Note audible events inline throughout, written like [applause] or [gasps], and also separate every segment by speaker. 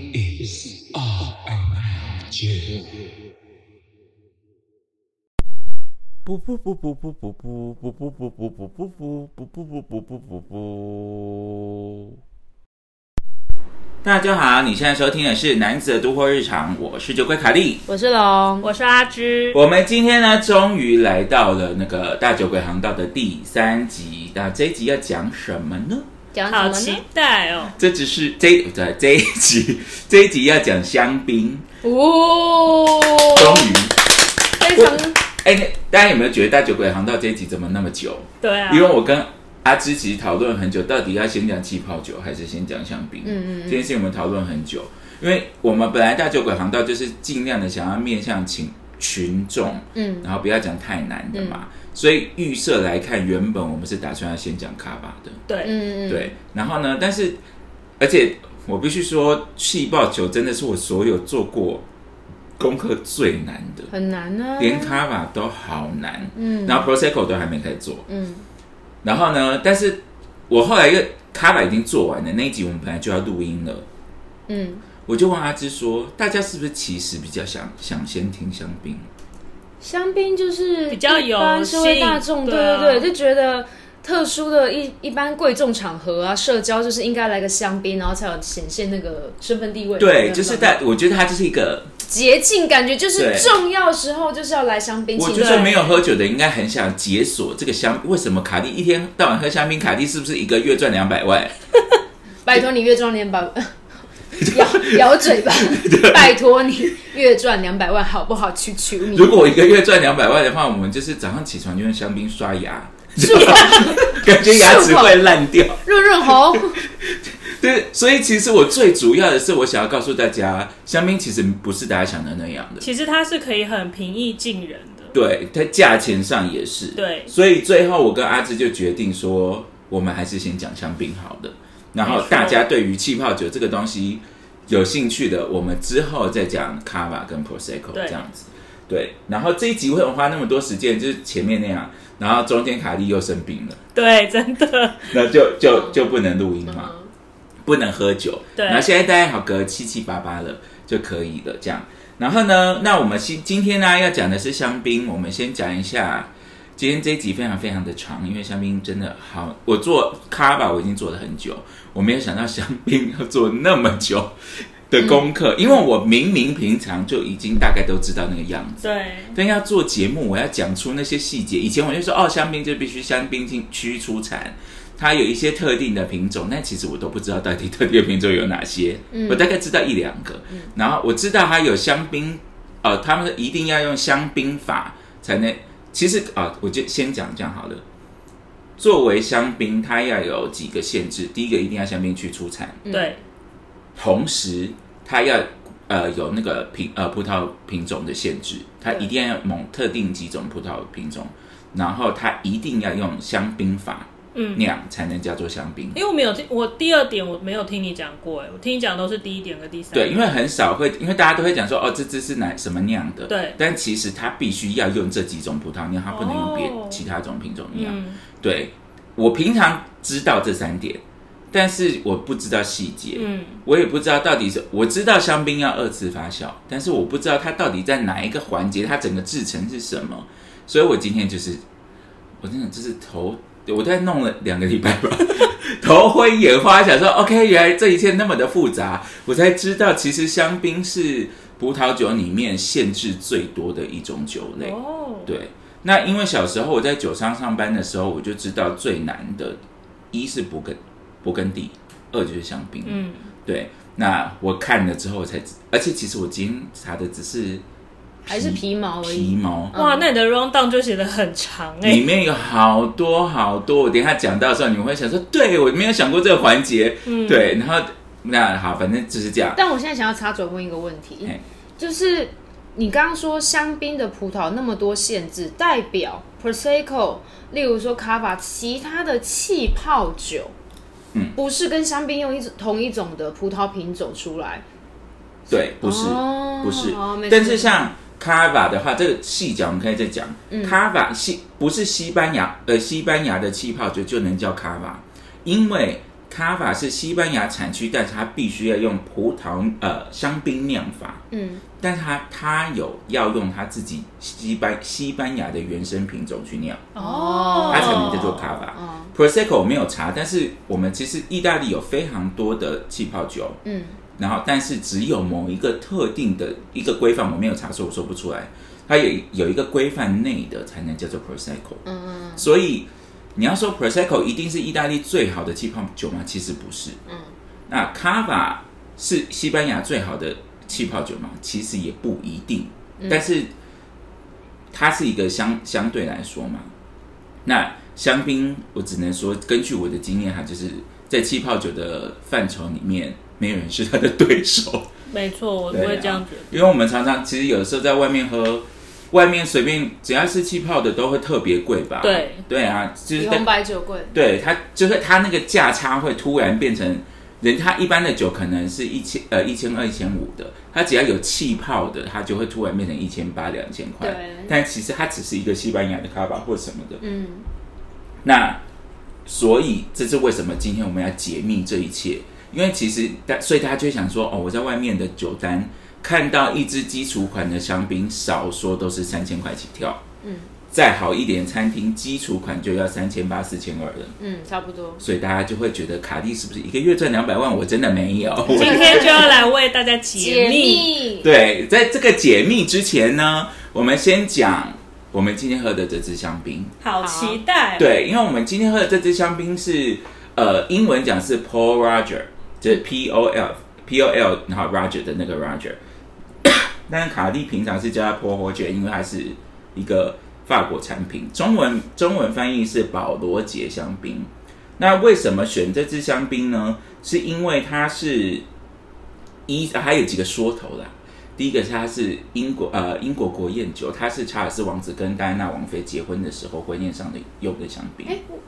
Speaker 1: is RMJ.
Speaker 2: 不不不不不不不不不不不不不不不不不不不不不。大家好，你现在收听的是《男子的都货日常》，我是酒鬼凯莉。
Speaker 3: 我是龙，
Speaker 4: 我是阿芝，
Speaker 2: 我们今天呢，终于来到了那个大酒鬼航道的第三集。那这一集要讲什么呢？
Speaker 3: 讲
Speaker 4: 好
Speaker 3: 什么
Speaker 4: 期
Speaker 3: 呢？
Speaker 4: 待哦！
Speaker 2: 这只是这对这一集，这一集要讲香槟。
Speaker 3: 哦，
Speaker 2: 终于，
Speaker 3: 非常
Speaker 2: 哎、大家有没有觉得大酒鬼航道这一集怎么那么久？
Speaker 4: 对啊，
Speaker 2: 因为我跟阿芝其实讨论很久，到底要先讲气泡酒还是先讲香槟？
Speaker 3: 嗯嗯嗯
Speaker 2: 这件事情我们讨论很久，因为我们本来大酒鬼航道就是尽量的想要面向群群众，
Speaker 3: 嗯
Speaker 2: 然后不要讲太难的嘛。所以预设来看，原本我们是打算要先讲卡巴的，
Speaker 4: 对，
Speaker 3: 嗯，嗯，
Speaker 2: 对。然后呢，但是而且我必须说，气泡酒真的是我所有做过功课最难的，
Speaker 3: 很难啊呢。
Speaker 2: 连卡巴都好难，
Speaker 3: 嗯
Speaker 2: 然后 prosecco 都还没开始做，
Speaker 3: 嗯
Speaker 2: 然后呢，但是我后来又卡巴已经做完了那一集，我们本来就要录音了。
Speaker 3: 嗯，
Speaker 2: 我就问阿芝说：“大家是不是其实比较想想先听香槟？
Speaker 3: 香槟就是
Speaker 4: 比较有
Speaker 3: 一般社会大众，
Speaker 4: 吸
Speaker 3: 对
Speaker 4: 引
Speaker 3: 对
Speaker 4: 对啊
Speaker 3: 对，就觉得。特殊的一一般贵重场合啊，社交就是应该来个香槟，然后才有显现那个身份地位。
Speaker 2: 对，就是
Speaker 3: 在
Speaker 2: 但我觉得它就是一个，
Speaker 3: 捷径，感觉就是
Speaker 2: 对
Speaker 3: 重要时候就是要来香槟。
Speaker 2: 我
Speaker 3: 庆
Speaker 2: 觉
Speaker 3: 祝
Speaker 2: 得没有喝酒的应该很想解锁这个香。为什么卡蒂一天到晚喝香槟？卡蒂是不是一个月赚两百 [laughs] 万？
Speaker 3: 拜托你月赚两百万，咬咬嘴巴，拜托你月赚两百万好不好？求求你，
Speaker 2: 如果我一个月赚两百万的话，我们就是早上起床就用香槟刷牙，
Speaker 3: 漱口
Speaker 2: 感觉牙齿
Speaker 3: 漱口
Speaker 2: 会烂掉。 [laughs]
Speaker 3: 润润喉。
Speaker 2: 对，所以其实我最主要的是，我想要告诉大家，香槟其实不是大家想的那样的。
Speaker 4: 其实它是可以很平易近人的，
Speaker 2: 对，在价钱上也是。
Speaker 4: 对
Speaker 2: 所以最后我跟阿芝就决定说，我们还是先讲香槟好的。然后
Speaker 4: 没错
Speaker 2: 大家对于气泡酒这个东西有兴趣的，我们之后再讲 Cava 跟 Prosecco
Speaker 4: 对
Speaker 2: 这样子。对，然后这一集会花那么多时间，就是前面那样，然后中间卡莉又生病了，
Speaker 4: 对，真的，
Speaker 2: [laughs] 那就就就不能录音嘛。
Speaker 3: 嗯
Speaker 2: 不能喝酒。
Speaker 4: 对
Speaker 2: 然后现在大概好隔七七八八了就可以了，这样。然后呢，那我们今今天呢要讲的是香槟，我们先讲一下。今天这一集非常非常的长，因为香槟真的好，我做咖吧我已经做了很久，我没有想到香槟要做那么久的功课，因为我明明平常就已经大概都知道那个样子。
Speaker 4: 对，
Speaker 2: 但要做节目，我要讲出那些细节。以前我就说，哦，香槟就必须香槟区出产，它有一些特定的品种，但其实我都不知道到底特定的品种有哪些，我大概知道一两个。然后我知道它有香槟，呃，他们一定要用香槟法才能。其实啊、我就先讲这样好了。作为香槟，它要有几个限制。第一个，一定要香槟区出产，
Speaker 4: 对，
Speaker 2: 同时它要呃有那个品呃葡萄品种的限制，它一定要用某特定几种葡萄品种，然后它一定要用香槟法
Speaker 4: 嗯，
Speaker 2: 酿才能叫做香槟。
Speaker 4: 因为我没有听，我第二点我没有听你讲过，哎，我听你讲都是第一点跟第三
Speaker 2: 对，
Speaker 4: 点，
Speaker 2: 因为很少会，因为大家都会讲说，哦，这支是哪什么酿的，
Speaker 4: 对
Speaker 2: 但其实它必须要用这几种葡萄酿，它不能用别、
Speaker 4: 哦
Speaker 2: 其他种品种酿。
Speaker 4: 嗯，
Speaker 2: 对我平常知道这三点，但是我不知道细节，
Speaker 4: 嗯，
Speaker 2: 我也不知道到底是，我知道香槟要二次发酵，但是我不知道它到底在哪一个环节，它整个制成是什么。所以我今天就是，我真的就是头，我大概弄了两个礼拜吧， [laughs] 头昏眼花，想说 OK，原来这一切那么的复杂，我才知道其实香槟是葡萄酒里面限制最多的一种酒类。
Speaker 4: 哦，
Speaker 2: 对，那因为小时候我在酒商上班的时候，我就知道最难的，一是勃艮勃艮第，二就是香槟。
Speaker 4: 嗯，
Speaker 2: 对，那我看了之后才知，而且其实我今天查的只是
Speaker 3: 还是皮毛而
Speaker 2: 皮
Speaker 3: 已。嗯
Speaker 2: 毛，
Speaker 4: 哇，那你的 round down 就写的很长
Speaker 2: 里
Speaker 4: 哎，
Speaker 2: 面有好多好多。我等一下讲到的时候，你们会想说，对我没有想过这个环节，
Speaker 4: 嗯
Speaker 2: 对，然后那好，反正就是这样。
Speaker 3: 但我现在想要插嘴问一个问题
Speaker 2: 嘿，
Speaker 3: 就是你刚刚说香槟的葡萄那么多限制，代表 prosecco，例如说卡巴，其他的气泡酒，
Speaker 2: 嗯，
Speaker 3: 不是跟香槟用一种同一种的葡萄品种出来，
Speaker 2: 对，不是，
Speaker 3: 哦
Speaker 2: 不是
Speaker 3: 好没。事
Speaker 2: 但是像 Cava 的话，这个细讲我们可以再讲。Cava
Speaker 3: 嗯
Speaker 2: 西不是西班牙，呃，西班牙的气泡酒就能叫 Cava，因为卡法是西班牙产区，但是它必须要用葡萄呃香槟酿法，
Speaker 3: 嗯，
Speaker 2: 但它它有要用它自己西班西班牙的原生品种去酿，
Speaker 3: 哦
Speaker 2: 它才能叫做卡法。
Speaker 3: 哦，
Speaker 2: Prosecco 我没有查，但是我们其实意大利有非常多的气泡酒，
Speaker 3: 嗯，
Speaker 2: 然后但是只有某一个特定的一个规范，我没有查，所以我说不出来。它有有一个规范内的才能叫做 Prosecco，
Speaker 3: 嗯嗯
Speaker 2: 所以你要说 Prosecco 一定是意大利最好的气泡酒吗？其实不是。
Speaker 3: 嗯，
Speaker 2: 那 Cava 是西班牙最好的气泡酒吗？其实也不一定，
Speaker 3: 嗯
Speaker 2: 但是它是一个相相对来说嘛。那香槟，我只能说，根据我的经验，它就是在气泡酒的范畴里面，没有人是它的对手。
Speaker 4: 没错，我
Speaker 2: 对啊
Speaker 4: 会这样觉得。
Speaker 2: 因为我们常常其实有时候在外面喝，外面随便只要是气泡的都会特别贵吧？
Speaker 4: 对
Speaker 2: 对啊，就是
Speaker 3: 比
Speaker 2: 在
Speaker 3: 红白酒贵，
Speaker 2: 对它就是它那个价差会突然变成，人他一般的酒可能是一千呃一千二一千五的，它只要有气泡的，它就会突然变成一千八两千块。
Speaker 3: 对
Speaker 2: 但其实它只是一个西班牙的卡巴或什么的。
Speaker 3: 嗯
Speaker 2: 那所以这是为什么今天我们要解密这一切，因为其实大所以大家就会想说，哦，我在外面的酒单看到一支基础款的香槟，少说都是三千块起跳。
Speaker 3: 嗯
Speaker 2: 再好一点餐厅，基础款就要三千八、四千二了。
Speaker 3: 嗯，差不多。
Speaker 2: 所以大家就会觉得卡蒂是不是一个月赚两百万？我真的没
Speaker 3: [laughs]
Speaker 2: 有。我
Speaker 4: 今天就要来为大家解
Speaker 3: 解
Speaker 4: 密
Speaker 3: 密，
Speaker 2: 对，在这个解密之前呢，我们先讲我们今天喝的这支香槟。
Speaker 4: 好期待。，
Speaker 2: 对，因为我们今天喝的这支香槟是呃，英文讲是 Paul Roger，就是 P O L P O L，然后 Roger 的那个 Roger。但是卡蒂平常是叫它 Paul Roger，因为它是一个法国产品，中文中文翻译是保罗节香槟。那为什么选这支香槟呢？是因为它是一还有几个说头啦。第一个是它是英国呃英国国宴酒，它是查尔斯王子跟戴安娜王妃结婚的时候婚宴上的用的香槟，
Speaker 3: 哎，我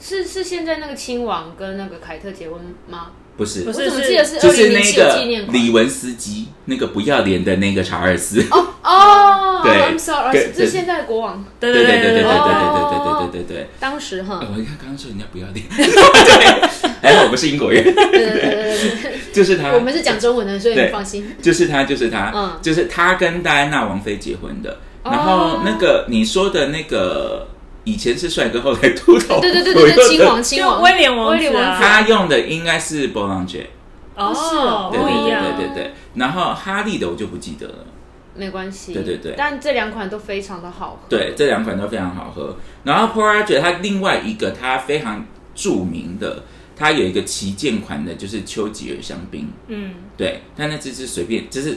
Speaker 3: 是是现在那个亲王跟那个凯特结婚吗？
Speaker 2: 不是
Speaker 4: 不
Speaker 3: 我
Speaker 4: 是
Speaker 3: 怎么记得是
Speaker 2: 就
Speaker 3: 二
Speaker 2: 是
Speaker 3: 零零
Speaker 2: 那
Speaker 3: 七纪念
Speaker 2: 个
Speaker 3: 馆？
Speaker 2: 李文斯基那个不要脸的那个查尔斯，
Speaker 3: 哦哦
Speaker 2: 对
Speaker 3: ，I'm sorry，
Speaker 2: 对
Speaker 3: 这是现在的国王，
Speaker 4: 对
Speaker 2: 对
Speaker 4: 对
Speaker 2: 对对对对对
Speaker 3: 哦
Speaker 2: 对对对对对对。
Speaker 3: 当时哈
Speaker 2: 呃，我刚刚说人家不要脸，对，还好我不是英国人，
Speaker 3: 对对对对对对
Speaker 2: 就是他
Speaker 3: 对，我们是讲中文的，所以
Speaker 2: 对
Speaker 3: 你放心。
Speaker 2: 就是他，就是他，
Speaker 3: 嗯
Speaker 2: 就是他跟戴安娜王妃结婚的。
Speaker 3: 哦
Speaker 2: 然后那个你说的那个以前是帅哥，后来秃头，
Speaker 3: 对对对对对，亲
Speaker 2: 我用的
Speaker 3: 王亲王
Speaker 4: 就威廉王子啊
Speaker 3: 威廉王
Speaker 2: 他用的应该是 b o l a n g e
Speaker 4: 哦，
Speaker 2: 对
Speaker 4: 不
Speaker 2: 对
Speaker 4: 一样，
Speaker 2: 对对对对。然后哈利的我就不记得了，
Speaker 3: 没关系，
Speaker 2: 对对对
Speaker 3: 但这两款都非常的好喝，
Speaker 2: 对，这两款都非常好喝。然后 p o r a g e 它另外一个它非常著名的，它有一个旗舰款的，就是丘吉尔香槟。
Speaker 4: 嗯，
Speaker 2: 对，但那只是随便，就是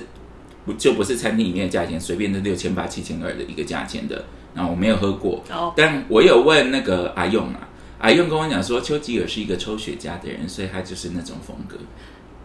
Speaker 2: 不就不是餐厅里面的价钱，随便都六千八、七千二的一个价钱的。然后我没有喝过，
Speaker 4: 哦，
Speaker 2: 但我有问那个阿用啊，阿用跟我讲说，丘吉尔是一个抽雪茄的人，所以他就是那种风格。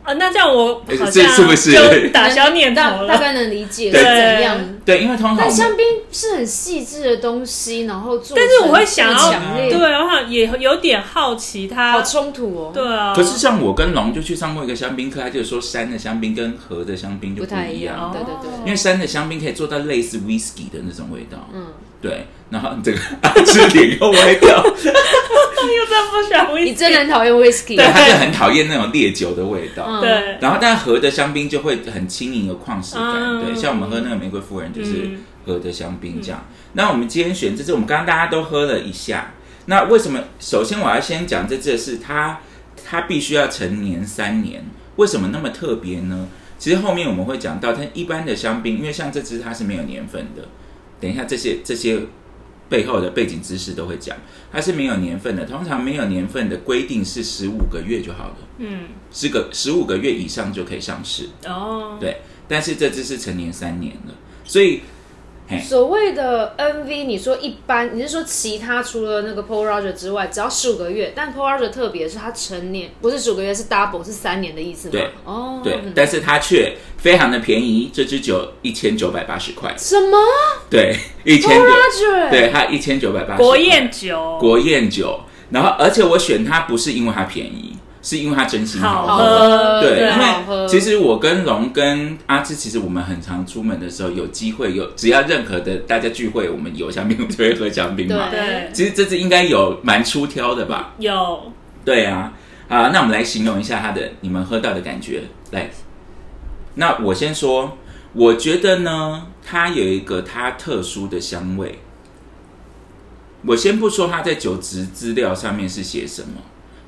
Speaker 4: 啊，那这样我好
Speaker 2: 哎
Speaker 4: 像
Speaker 2: 这是不是
Speaker 4: 就打消念头
Speaker 3: [laughs] 大大
Speaker 4: 了？
Speaker 3: 概能理解是
Speaker 2: 对
Speaker 3: 怎样。
Speaker 2: 对，因为通常
Speaker 3: 但
Speaker 2: 我们
Speaker 3: 香槟是很细致的东西，然后做成
Speaker 4: 但是我会想要
Speaker 3: 这么强烈，
Speaker 4: 对，我好像也有点好奇
Speaker 3: 好
Speaker 4: 他，
Speaker 3: 冲突哦。
Speaker 4: 对啊，
Speaker 2: 可是像我跟龙就去上过一个香槟课，他就说山的香槟跟河的香槟就
Speaker 3: 不
Speaker 2: 不
Speaker 3: 太
Speaker 2: 一
Speaker 3: 一
Speaker 2: 样
Speaker 3: 样，
Speaker 4: 哦
Speaker 3: 对对对
Speaker 2: 因为山的香槟可以做到类似 whisky 的那种味道，
Speaker 3: 嗯，
Speaker 2: 对。然后这个阿志脸又歪掉，
Speaker 4: [laughs] 又在不喜欢
Speaker 3: 你真的很讨厌 whisky，
Speaker 2: 对，他就很讨厌那种烈酒的味道。
Speaker 3: 嗯
Speaker 4: 对，
Speaker 2: 然后，但河的香槟就会很轻盈有矿石感，
Speaker 4: 嗯
Speaker 2: 对，像我们喝那个玫瑰夫人就是
Speaker 4: 嗯
Speaker 2: 河的香槟这样。那我们今天选这支，我们刚刚大家都喝了一下。那为什么？首先我要先讲这支的是它，它必须要成年三年。为什么那么特别呢？其实后面我们会讲到，但一般的香槟，因为像这支它是没有年份的。等一下，这些这些背后的背景知识都会讲，它是没有年份的。通常没有年份的规定是十五个月就好了。
Speaker 4: 嗯，
Speaker 2: 十个十五个月以上就可以上市，
Speaker 4: 哦，
Speaker 2: 对。但是这只是成年三年了，所以
Speaker 3: 所谓的 NV，你说一般，你是说其他除了那个 Paul Roger 之外，只要十五个月，但 Paul Roger 特别是他成年，不是十五个月，是 double，是三年的意思吗？
Speaker 2: 对
Speaker 3: 哦，
Speaker 2: 对，
Speaker 3: 嗯
Speaker 2: 但是它却非常的便宜，这支酒一千九百八十块，
Speaker 3: 什么
Speaker 2: 对，一千九，
Speaker 3: Paul Roger？
Speaker 2: 对，它一千九百八十。
Speaker 4: 国宴酒，
Speaker 2: 国宴酒，然后而且我选它不是因为它便宜，是因为它真心
Speaker 4: 好
Speaker 2: 好
Speaker 4: 喝
Speaker 2: 对，
Speaker 4: 对
Speaker 2: 因
Speaker 3: 好喝
Speaker 2: 为其实我跟龙跟阿志，其实我们很常出门的时候，有机会有只要任何的大家聚会，我们有香槟我们就会喝香槟嘛。
Speaker 3: 对
Speaker 4: 对，
Speaker 2: 其实这支应该有蛮出挑的吧？
Speaker 4: 有
Speaker 2: 对啊，好，那我们来形容一下它的你们喝到的感觉。来，那我先说，我觉得呢，它有一个它特殊的香味。我先不说它在酒质资料上面是写什么，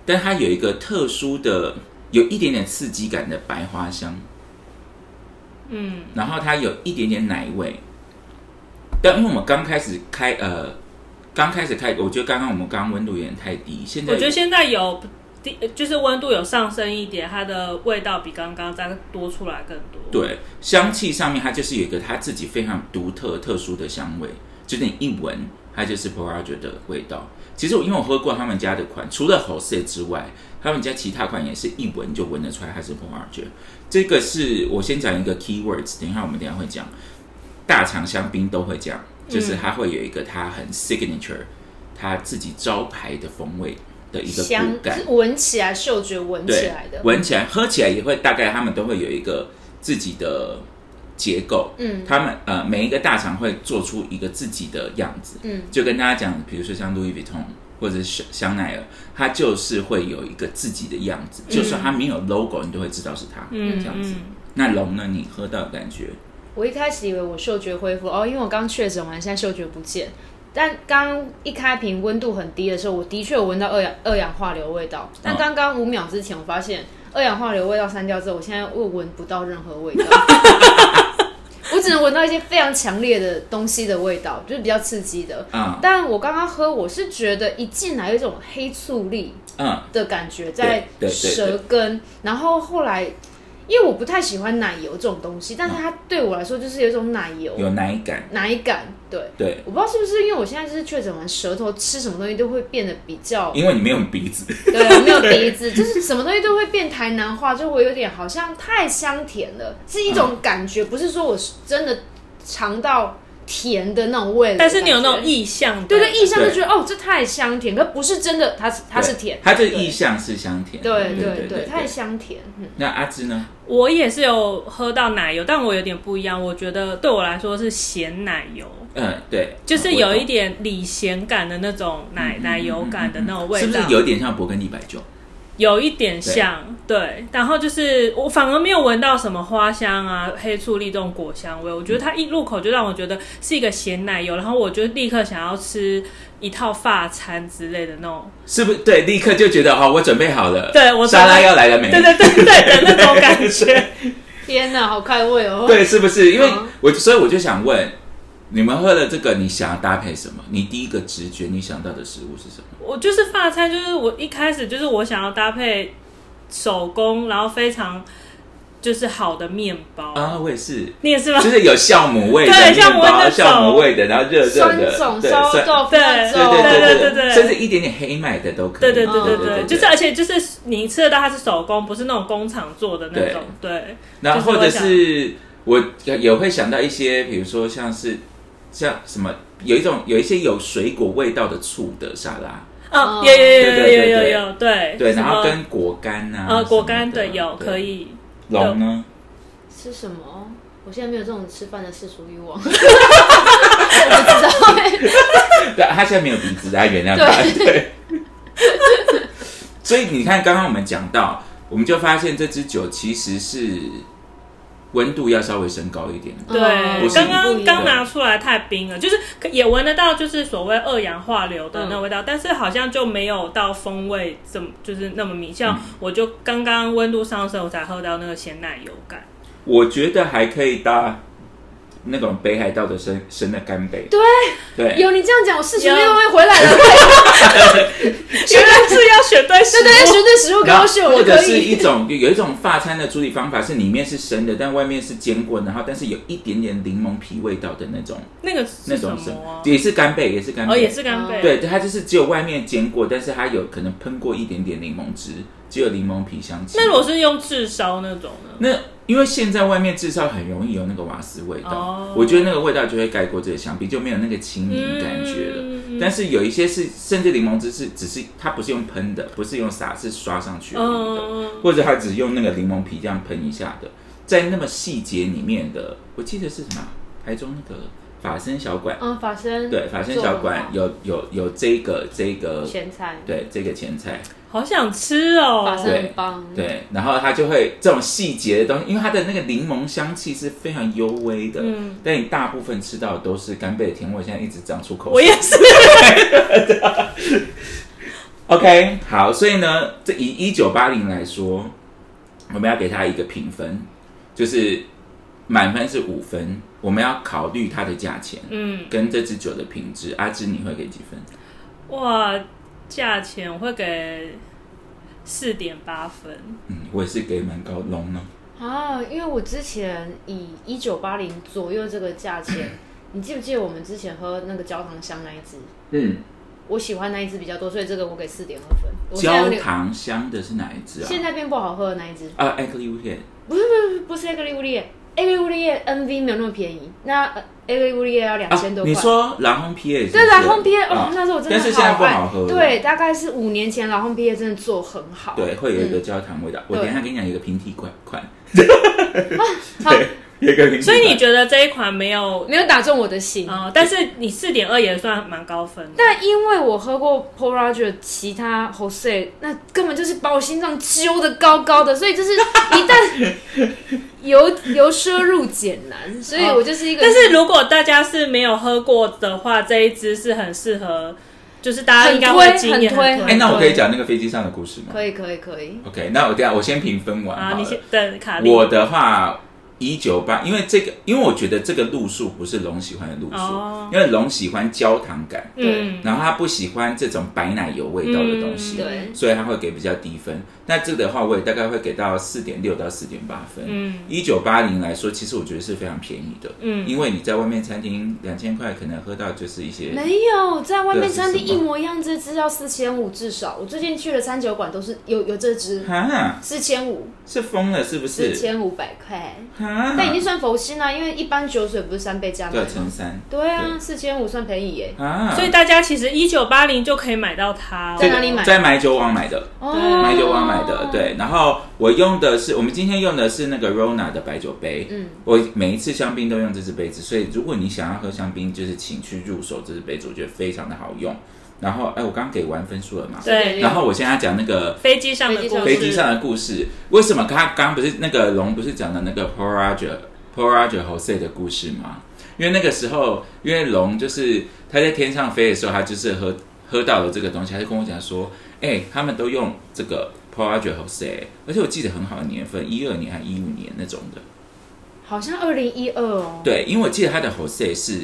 Speaker 2: 但它有一个特殊的，有一点点刺激感的白花香，
Speaker 4: 嗯，
Speaker 2: 然后它有一点点奶味。但因为我们刚开始开，呃，刚开始开，我觉得刚刚我们刚刚温度有点太低，现在
Speaker 4: 我觉得现在有低，就是温度有上升一点，它的味道比刚刚再多出来更多。，
Speaker 2: 对，香气上面它就是有一个它自己非常独特、特殊的香味，就是你一闻它就是 p o r a g e 的味道。其实我因为我喝过他们家的款，除了 Jose 之外，他们家其他款也是一闻就闻得出来它是 p o r a g e 这个是我先讲一个 key words，等一下我们等一下会讲，大肠香槟都会讲，就是它会有一个它很 signature，它自己招牌的风味的一个
Speaker 3: 香
Speaker 2: 骨感
Speaker 3: 是。闻起来嗅觉闻
Speaker 2: 对，
Speaker 3: 起来的，
Speaker 2: 闻起来、喝起来也会大概，他们都会有一个自己的结构。
Speaker 3: 嗯
Speaker 2: 他们呃，每一个大厂会做出一个自己的样子。
Speaker 3: 嗯，
Speaker 2: 就跟大家讲，比如说像 Louis Vuitton 或者是香香奈儿，它就是会有一个自己的样
Speaker 3: 嗯
Speaker 2: 子，就算它没有 logo，你都会知道是它。
Speaker 4: 嗯
Speaker 2: 这样子。
Speaker 4: 嗯，
Speaker 2: 那龙呢？你喝到的感觉？
Speaker 3: 我一开始以为我嗅觉恢复哦，因为我刚确诊完，现在嗅觉不见。但刚一开瓶温度很低的时候，我的确有闻到二氧二氧化硫味
Speaker 2: 哦
Speaker 3: 道。但刚刚五秒之前，我发现二氧化硫味道删掉之后，我现在又闻不到任何
Speaker 2: [laughs]
Speaker 3: 味道。我只能闻到一些非常强烈的东西的味道，就是比较刺激的。
Speaker 2: 嗯
Speaker 3: 但我刚刚喝，我是觉得一进来有一种黑醋栗，
Speaker 2: 嗯，
Speaker 3: 的感觉在
Speaker 2: 对对对
Speaker 3: 舌根，然后后来，因为我不太喜欢奶油这种东西，但是它对我来说就是有一种奶油
Speaker 2: 有奶感。
Speaker 3: 奶感。对，
Speaker 2: 对，
Speaker 3: 我不知道是不是因为我现在就是确诊完，舌头吃什么东西都会变得比较，
Speaker 2: 因为你没有鼻子。
Speaker 3: 对，没有鼻子，就是什么东西都会变台南话，就我有点好像太香甜了，是一
Speaker 2: 嗯
Speaker 3: 种感觉，不是说我是真的尝到甜的那种味了的感
Speaker 4: 但
Speaker 3: 觉。
Speaker 4: 是你有那种意向的，
Speaker 3: 对对印象就
Speaker 2: 对
Speaker 3: 觉得哦，这太香甜，可不是真的，它是 [laughs] 它是
Speaker 2: 对
Speaker 3: 甜，
Speaker 2: 它这
Speaker 3: 对
Speaker 2: 意象是香甜。
Speaker 3: 对
Speaker 2: 对
Speaker 3: 对对，太香甜。嗯
Speaker 2: 那阿芝呢？
Speaker 4: 我也是有喝到奶油，但我有点不一样，我觉得对我来说是咸奶油。
Speaker 2: 嗯，对，
Speaker 4: 就是
Speaker 2: 嗯
Speaker 4: 有
Speaker 2: 我
Speaker 4: 一
Speaker 2: 懂
Speaker 4: 点李咸感的那种
Speaker 2: 嗯
Speaker 4: 奶奶油感的那种味道，
Speaker 2: 是不是有点像勃艮第白酒？
Speaker 4: 有一点像，对。然后就是我反而没有闻到什么花香啊、黑醋栗这种果香味，我觉得它一入口就让我觉得是一个咸奶油，然后我就立刻想要吃一套法餐之类的那种，
Speaker 2: 是不是？对，立刻就觉得哦，我准备好了，
Speaker 4: 对我准备
Speaker 2: [laughs] 沙拉要来了没？
Speaker 4: 对对对对的那种感觉。
Speaker 3: 天哪，好开胃哦！
Speaker 2: 对是不是？因为
Speaker 3: 嗯
Speaker 2: 我所以我就想问，你们喝了这个，你想要搭配什么？你第一个直觉你想到的食物是什么？
Speaker 4: 我就是法餐，就是我一开始就是我想要搭配手工，然后非常就是好的面包。
Speaker 2: 啊，我也是，
Speaker 4: 你也是吗？
Speaker 2: 就是有酵母味的
Speaker 4: 对
Speaker 2: 面包，酵
Speaker 4: 酵母
Speaker 2: 母味
Speaker 4: 味
Speaker 2: 的，然后热热
Speaker 3: 酸
Speaker 2: 的，
Speaker 3: 种
Speaker 2: 对
Speaker 3: 烧
Speaker 2: 酸
Speaker 3: 豆腐
Speaker 4: 对
Speaker 3: 那
Speaker 2: 对
Speaker 3: 种，
Speaker 2: 对对
Speaker 4: 对对对
Speaker 2: 甚至一点点黑麦的都可以。哦
Speaker 4: 对对对对
Speaker 3: 对
Speaker 4: 对，就是而且就是你吃得到它是手工，不是那种工厂做的那种。对，
Speaker 2: 然后或者
Speaker 4: 就是
Speaker 2: 是我也会想到一些，比如说像是像什么，有一种有一些有水果味道的醋的沙拉，
Speaker 4: 哦，
Speaker 3: 嗯
Speaker 4: 有有有
Speaker 2: 对
Speaker 4: 有
Speaker 2: 对
Speaker 4: 有
Speaker 2: 对
Speaker 4: 有有，对
Speaker 2: 对，然后
Speaker 4: 什么
Speaker 2: 跟果干啊，
Speaker 4: 呃果干
Speaker 2: 的
Speaker 4: 对有可。以，
Speaker 3: 哦
Speaker 2: 龙呢？
Speaker 3: 吃什么？我现在没有这种吃饭的世俗欲望，我不知道。
Speaker 2: 对，他现在没有鼻子，大家原谅他。对。所以你看，刚刚我们讲到，我们就发现这支酒其实是温度要稍微升高一点。不
Speaker 4: 对，
Speaker 2: 是
Speaker 4: 刚
Speaker 3: 不
Speaker 4: 刚
Speaker 3: 一样
Speaker 4: 刚拿出来太冰了，就是可也闻得到，就是所谓二氧化硫的
Speaker 3: 嗯
Speaker 4: 那味道，但是好像就没有到风味这么就是那么明。
Speaker 2: 嗯
Speaker 4: 像我就刚刚温度上升，我才喝到那个咸奶油
Speaker 2: [laughs]
Speaker 4: 感。
Speaker 2: 我觉得还可以搭那种北海道的生生的干贝。
Speaker 3: 对，
Speaker 2: 对，
Speaker 3: 有你这样讲，我世俗欲
Speaker 4: 有
Speaker 3: 望又回来了。快
Speaker 4: 原来是要选对食
Speaker 3: 对对
Speaker 4: 物，
Speaker 3: 对，选对食物
Speaker 2: 然
Speaker 3: 高
Speaker 2: 后
Speaker 3: 秀，我
Speaker 2: 或
Speaker 3: 就
Speaker 2: 者
Speaker 3: 可
Speaker 2: 是一
Speaker 3: 以。
Speaker 2: 种 [laughs] 有一种法餐的处理方法是里面是生的，但外面是煎过，然后但是有一点点柠檬皮味道的那种
Speaker 4: 那个
Speaker 2: 那
Speaker 4: 是什
Speaker 2: 种生
Speaker 4: 么啊，？
Speaker 2: 也是干贝，也是干贝，
Speaker 4: 哦，也是干贝，
Speaker 2: 对，它就是只有外面煎过，但是它有可能喷过一点点柠檬汁，只有柠檬皮香气。
Speaker 4: 那如果是用炙烧那种呢？
Speaker 2: 那因为现在外面至少很容易有那个瓦斯味道，
Speaker 4: 哦
Speaker 2: 我觉得那个味道就会盖过这个香槟，就没有那个清明感觉了。
Speaker 4: 嗯
Speaker 2: 但是有一些是，甚至柠檬汁是只是它不是用喷的，不是用洒，是刷上去而已的，
Speaker 4: 嗯，
Speaker 2: 或者它只用那个柠檬皮这样喷一下的，在那么细节里面的，我记得是什么啊台中那个法生小馆，
Speaker 3: 嗯，法生
Speaker 2: 对，法生小馆有有有这个这个
Speaker 3: 前菜，
Speaker 2: 对这个前菜，
Speaker 4: 好想吃哦、
Speaker 3: 法式很棒，
Speaker 2: 对，然后它就会这种细节的东西，因为它的那个柠檬香气是非常幽微的，
Speaker 4: 嗯
Speaker 2: 但你大部分吃到的都是干贝的甜味，现在一直长出口
Speaker 4: 我
Speaker 2: 水。
Speaker 4: 也是，
Speaker 2: OK，好，所以呢，这以一九八零来说，我们要给它一个评分，就是满分是五分，我们要考虑它的价钱
Speaker 4: 嗯，
Speaker 2: 跟这支酒的品质。阿芝，你会给几分？
Speaker 4: 哇，价钱我会给四点八分，
Speaker 2: 嗯，我也是给蛮高龙呢。
Speaker 3: 啊，因为我之前以一九八零左右这个价钱，你记不记得我们之前喝那个焦糖香那一支？
Speaker 2: 嗯，
Speaker 3: 我喜欢那一支比较多，所以这个我给四点二分。我现在有
Speaker 2: 焦
Speaker 3: 点，
Speaker 2: 糖香的是哪一支啊？
Speaker 3: 现在变不好喝的那一支，
Speaker 2: 啊 a c t u a
Speaker 3: 不是不是不是 A 格利乌利叶，A 格利乌利叶 NV 没有那么便宜，那 A 格利乌利叶要两
Speaker 2: 啊
Speaker 3: 千多，块。
Speaker 2: 你说蓝红 PA？
Speaker 3: 对
Speaker 2: 蓝
Speaker 3: 蓝烘皮哦，那时候我真的
Speaker 2: 但是现在不
Speaker 3: 爱
Speaker 2: 好喝了。
Speaker 3: 对，大概是五年前蓝烘皮真的做很好。
Speaker 2: 对，会有一个
Speaker 3: 嗯
Speaker 2: 焦糖味道。我等一下跟你讲，有一个平替款款，
Speaker 3: [laughs] 好，
Speaker 2: [laughs] 对，有一个平替款。
Speaker 4: 所以你觉得这一款没有？
Speaker 3: 没有打中我的心。
Speaker 4: 呃，但是你四点二也算蛮高分的，
Speaker 3: 但因为我喝过 Paul Roger 其他 Jose，那根本就是把我心脏揪的高高的，所以就是一旦由由奢入俭难，所以我就是一个。
Speaker 4: 但是如果大家是没有喝过的话，这一支是很适合，就是大家应该会经验
Speaker 3: 很推
Speaker 2: 哎，那我可以
Speaker 3: 对
Speaker 2: 讲那个飞机上的故事吗
Speaker 3: 可以可以可以，
Speaker 2: ？OK，那我等一下我先评分完好
Speaker 4: 啊，
Speaker 2: 了。
Speaker 4: 你先等卡莉。
Speaker 2: 我的话，一九八，因为这个，因为我觉得这个路数不是龙喜欢的路数，
Speaker 4: 哦
Speaker 2: 因为龙喜欢焦糖感，
Speaker 4: 嗯，
Speaker 2: 然后他不喜欢这种白奶油味道的东西，
Speaker 3: 对
Speaker 2: 所以他会给比较低分。那这个的话，我也大概会给到四点六到四点八分。
Speaker 4: 嗯，
Speaker 2: 一九八零来说，其实我觉得是非常便宜的，
Speaker 4: 嗯
Speaker 2: 因为你在外面餐厅两千块可能喝到就是一些，
Speaker 3: 没有在外面
Speaker 2: 对是
Speaker 3: 餐厅
Speaker 2: 什
Speaker 3: 一
Speaker 2: 么
Speaker 3: 模一样，这支要四千五至少。我最近去的餐酒馆都是有有这支
Speaker 2: 哈，
Speaker 3: 四千五，
Speaker 2: 是疯了是不
Speaker 3: 四
Speaker 2: 是？
Speaker 3: 千五百块。
Speaker 2: 哈，
Speaker 3: 但已经算佛心啦、因为一般酒水不是三倍价吗
Speaker 2: 对啊，？乘三
Speaker 3: 对啊，
Speaker 2: 对
Speaker 3: 四千五算便宜耶。
Speaker 2: 啊，
Speaker 4: 所以大家其实一九八零就可以买到它、
Speaker 3: 在
Speaker 4: 哦。
Speaker 3: 哪里买？
Speaker 2: 在买酒网买的。
Speaker 3: 哦，
Speaker 2: 白酒网买的，。对。然后我用的是，我们今天用的是那个 Rona 的白酒杯。
Speaker 3: 嗯，
Speaker 2: 我每一次香槟都用这支杯子，所以如果你想要喝香槟，就是请去入手这支杯子，我觉得非常的好用。然后，哎，我刚给完分数了嘛？
Speaker 4: 对
Speaker 2: 然后我现在讲那个
Speaker 4: 飞机上的故事，
Speaker 2: 飞机上的故事，为什么他刚不是那个龙不是讲的那个 Paul Roger Paul Roger Jose 的故事吗？因为那个时候，因为龙就是他在天上飞的时候，他就是喝喝到了这个东西，他就跟我讲说，哎、他们都用这个 Paul Roger Jose，而且我记得很好的年份，一二年还一五年那种的。
Speaker 3: 好像二零一二哦，
Speaker 2: 对，因为我记得他的 Jose 是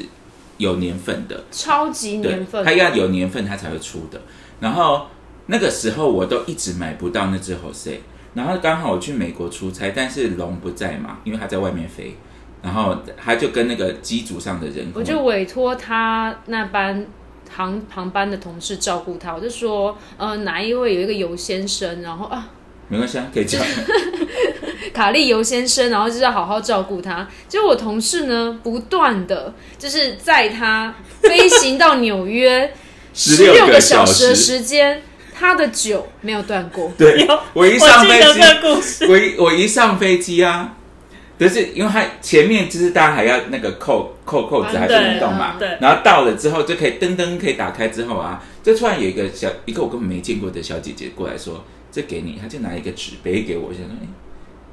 Speaker 2: 有年份的，
Speaker 3: 超级
Speaker 2: 对，
Speaker 3: 年份，
Speaker 2: 它要有年份它才会出的。然后那个时候我都一直买不到那只 Jose，然后刚好我去美国出差，但是龙不在嘛，因为他在外面飞，然后他就跟那个机组上的人，
Speaker 3: 我就委托他那班航航班的同事照顾他，我就说，呃，哪一位有一个游先生，然后啊，
Speaker 2: 没关系啊，可以讲，
Speaker 3: 卡利尤先生，然后就是要好好照顾他。结果我同事呢，不断的就是在他飞行到纽
Speaker 2: [laughs]
Speaker 3: 约
Speaker 2: 16
Speaker 3: 个
Speaker 2: 个小
Speaker 3: 小时
Speaker 2: 时
Speaker 3: 的时间，他的酒没有断过。 [laughs]
Speaker 2: 对
Speaker 4: 有，
Speaker 2: 我一
Speaker 4: 我
Speaker 2: 上
Speaker 4: 记
Speaker 2: 飞
Speaker 4: 得
Speaker 2: 机，
Speaker 4: 这个故事，
Speaker 2: 我一我一上飞机啊，但是因为他前面就是大家还要那个扣扣扣子还是
Speaker 4: 对
Speaker 2: 运动
Speaker 3: 嗯
Speaker 2: 嘛，
Speaker 4: 对
Speaker 2: 然后到了之后就可以噔噔可以打开之后啊，就突然有一个小一个我根本没见过的小姐姐过来说，这给你，她就拿一个纸杯给我，我想说，哎、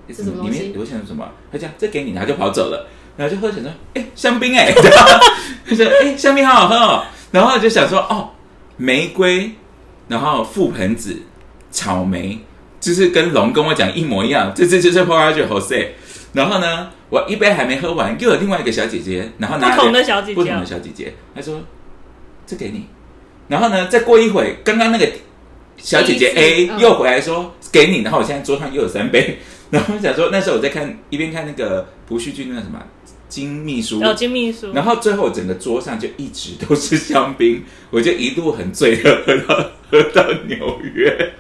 Speaker 2: 这
Speaker 3: 这什么
Speaker 2: 里
Speaker 3: 东西
Speaker 2: 面我想什么？她讲这给你，她就跑走了，然后就喝想说，哎、香槟哎、欸， [laughs] 就说哎、香槟好好喝哦，然后就想说哦，玫瑰，然后覆盆子，草莓，就是跟龙跟我讲一模一样，这这就是 p o r a g e Jose。然后呢，我一杯还没喝完，又有另外一个小姐姐，然后拿了
Speaker 4: 不同的小姐姐
Speaker 2: 不同的小姐姐，她说这给你。然后呢，再过一会，刚刚那个小姐姐
Speaker 3: 第一
Speaker 2: A
Speaker 3: 次嗯
Speaker 2: 又回来说、给你，然后我现在桌上又有三杯。 [laughs] 然后我想说，那时候我在看一边看那个朴叙俊那个什么金秘书，
Speaker 4: 有哦金秘书，
Speaker 2: 然后最后我整个桌上就一直都是香槟，我就一路很醉的喝到喝到纽约，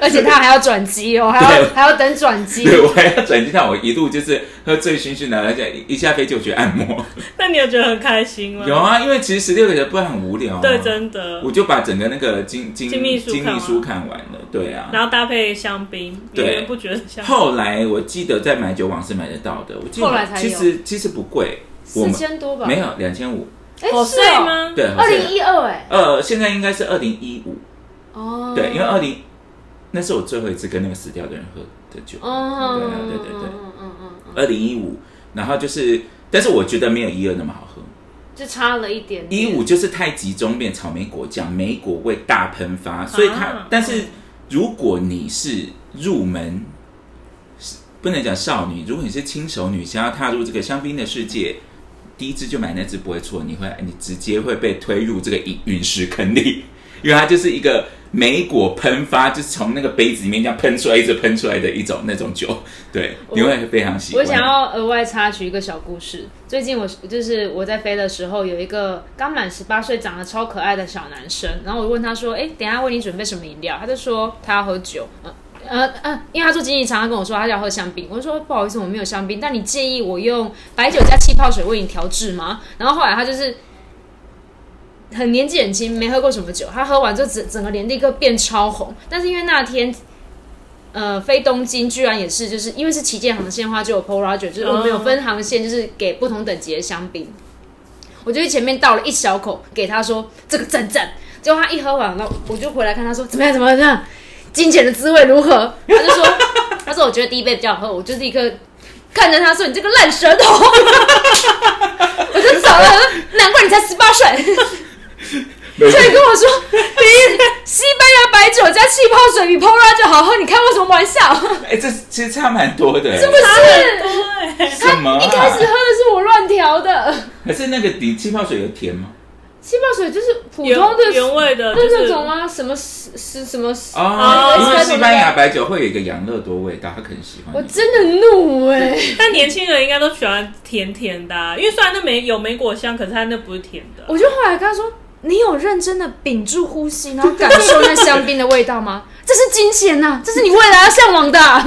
Speaker 3: 而且他还要转机哦，还要
Speaker 2: 对
Speaker 3: 还要等转
Speaker 2: [laughs]
Speaker 3: 机。
Speaker 2: 对我还要转机，但我一路就是喝醉醺醺的，而且一下飞机我去按
Speaker 3: [laughs]
Speaker 2: 摩。
Speaker 4: 那你有觉得很开心吗？
Speaker 2: 有啊，因为其实十六个人不然很无聊、啊，
Speaker 4: 对，真的
Speaker 2: 我。就把整个那个金金
Speaker 4: 金秘书看完
Speaker 2: 书看完了，对啊。
Speaker 4: 然后搭配香槟，
Speaker 2: 对
Speaker 4: 源源不绝的香槟。
Speaker 2: 后来我记得在买酒网是买得到的，我记得
Speaker 3: 后来才有
Speaker 2: 其实其实不贵，我
Speaker 3: 四
Speaker 2: 们
Speaker 3: 千多吧？
Speaker 2: 没，有两千五，
Speaker 3: 哎、
Speaker 4: 哦，
Speaker 3: 是
Speaker 4: 是
Speaker 3: 哦？
Speaker 4: 吗？
Speaker 2: 对，好像
Speaker 3: 二零一二哎，
Speaker 2: 呃现在应该是二零一五，
Speaker 3: 哦，
Speaker 2: 对，因为二零那是我最后一次跟那个死掉的人喝的酒。
Speaker 3: 嗯，
Speaker 2: 对啊对对对
Speaker 3: 嗯嗯嗯嗯，
Speaker 2: 二零一五，然后就是，但是我觉得没有一二那么好喝。
Speaker 3: 就差了一点
Speaker 2: 一
Speaker 3: 点。
Speaker 2: 五就是太集中变草莓果酱，莓果味大喷发，所以它，
Speaker 3: 嗯
Speaker 4: 啊
Speaker 2: 但是如果你是入门，是不能讲少女，如果你是轻熟女，想要踏入这个香槟的世界。第一支就买那支不会错，你会你直接会被推入这个陨陨石坑里， [laughs] 因为它就是一个莓果喷发，就是从那个杯子里面这样喷出来，一直喷出来的一种那种酒，对，你会非常喜欢。
Speaker 3: 我想要额外插取一个小故事。最近我就是我在飞的时候，有一个刚满十八岁、长得超可爱的小男生，然后我问他说：“哎、等一下为你准备什么饮料？”他就说他要喝酒。呃呃呃，因为他做经济舱，他跟我说他要喝香槟，我就说不好意思，我没有香槟，但你介意我用白酒加气泡水为你调制吗？然后后来他就是很年纪很轻，没喝过什么酒，他喝完之后整整个脸立刻变超红。但是因为那天，呃，飞东京居然也是，就是因为是旗舰航线的话，就有 Paul Roger，就是我们有分航线，就是给不同等级的香槟。我就去前面倒了一小口给他说这个赞赞，结果他一喝完，然后我就回来看他说怎么样怎么样怎么样，金钱的滋味如何？他就说 [laughs] 他说我觉得第一杯比较好喝，我就立刻看着他说你这个烂舌头， [laughs] 我就走了，难怪你才十八岁。
Speaker 2: 没
Speaker 3: 所以跟我说，比西班牙白酒加气泡水比 p o r a 就好喝，你开我什么玩笑？
Speaker 2: 哎、这其实差蛮多的、
Speaker 3: 不是，
Speaker 4: 对，
Speaker 2: 什么、啊？
Speaker 3: 一开始喝的是我乱调的，
Speaker 2: 可是那个底气泡水有甜吗？
Speaker 3: 气泡水就是普
Speaker 4: 原
Speaker 3: 通的
Speaker 4: 原味的，
Speaker 3: 那
Speaker 4: 就是
Speaker 3: 那种啊，什么是是什么十？
Speaker 2: 哦，
Speaker 4: 哦
Speaker 2: 因为西班牙白酒会有一个养乐多味道，他可能喜欢。
Speaker 3: 我真的怒哎、
Speaker 4: 但年轻人应该都喜欢甜甜的、啊，因为虽然那没有莓果香，可是它那不是甜
Speaker 3: [laughs]
Speaker 4: 的。
Speaker 2: 哦
Speaker 3: 我就后来跟他说。你有认真的屏住呼吸，然后感受那香槟的味道吗？ [laughs] 这是金钱呐、这是你未来要向往的啊、 [laughs]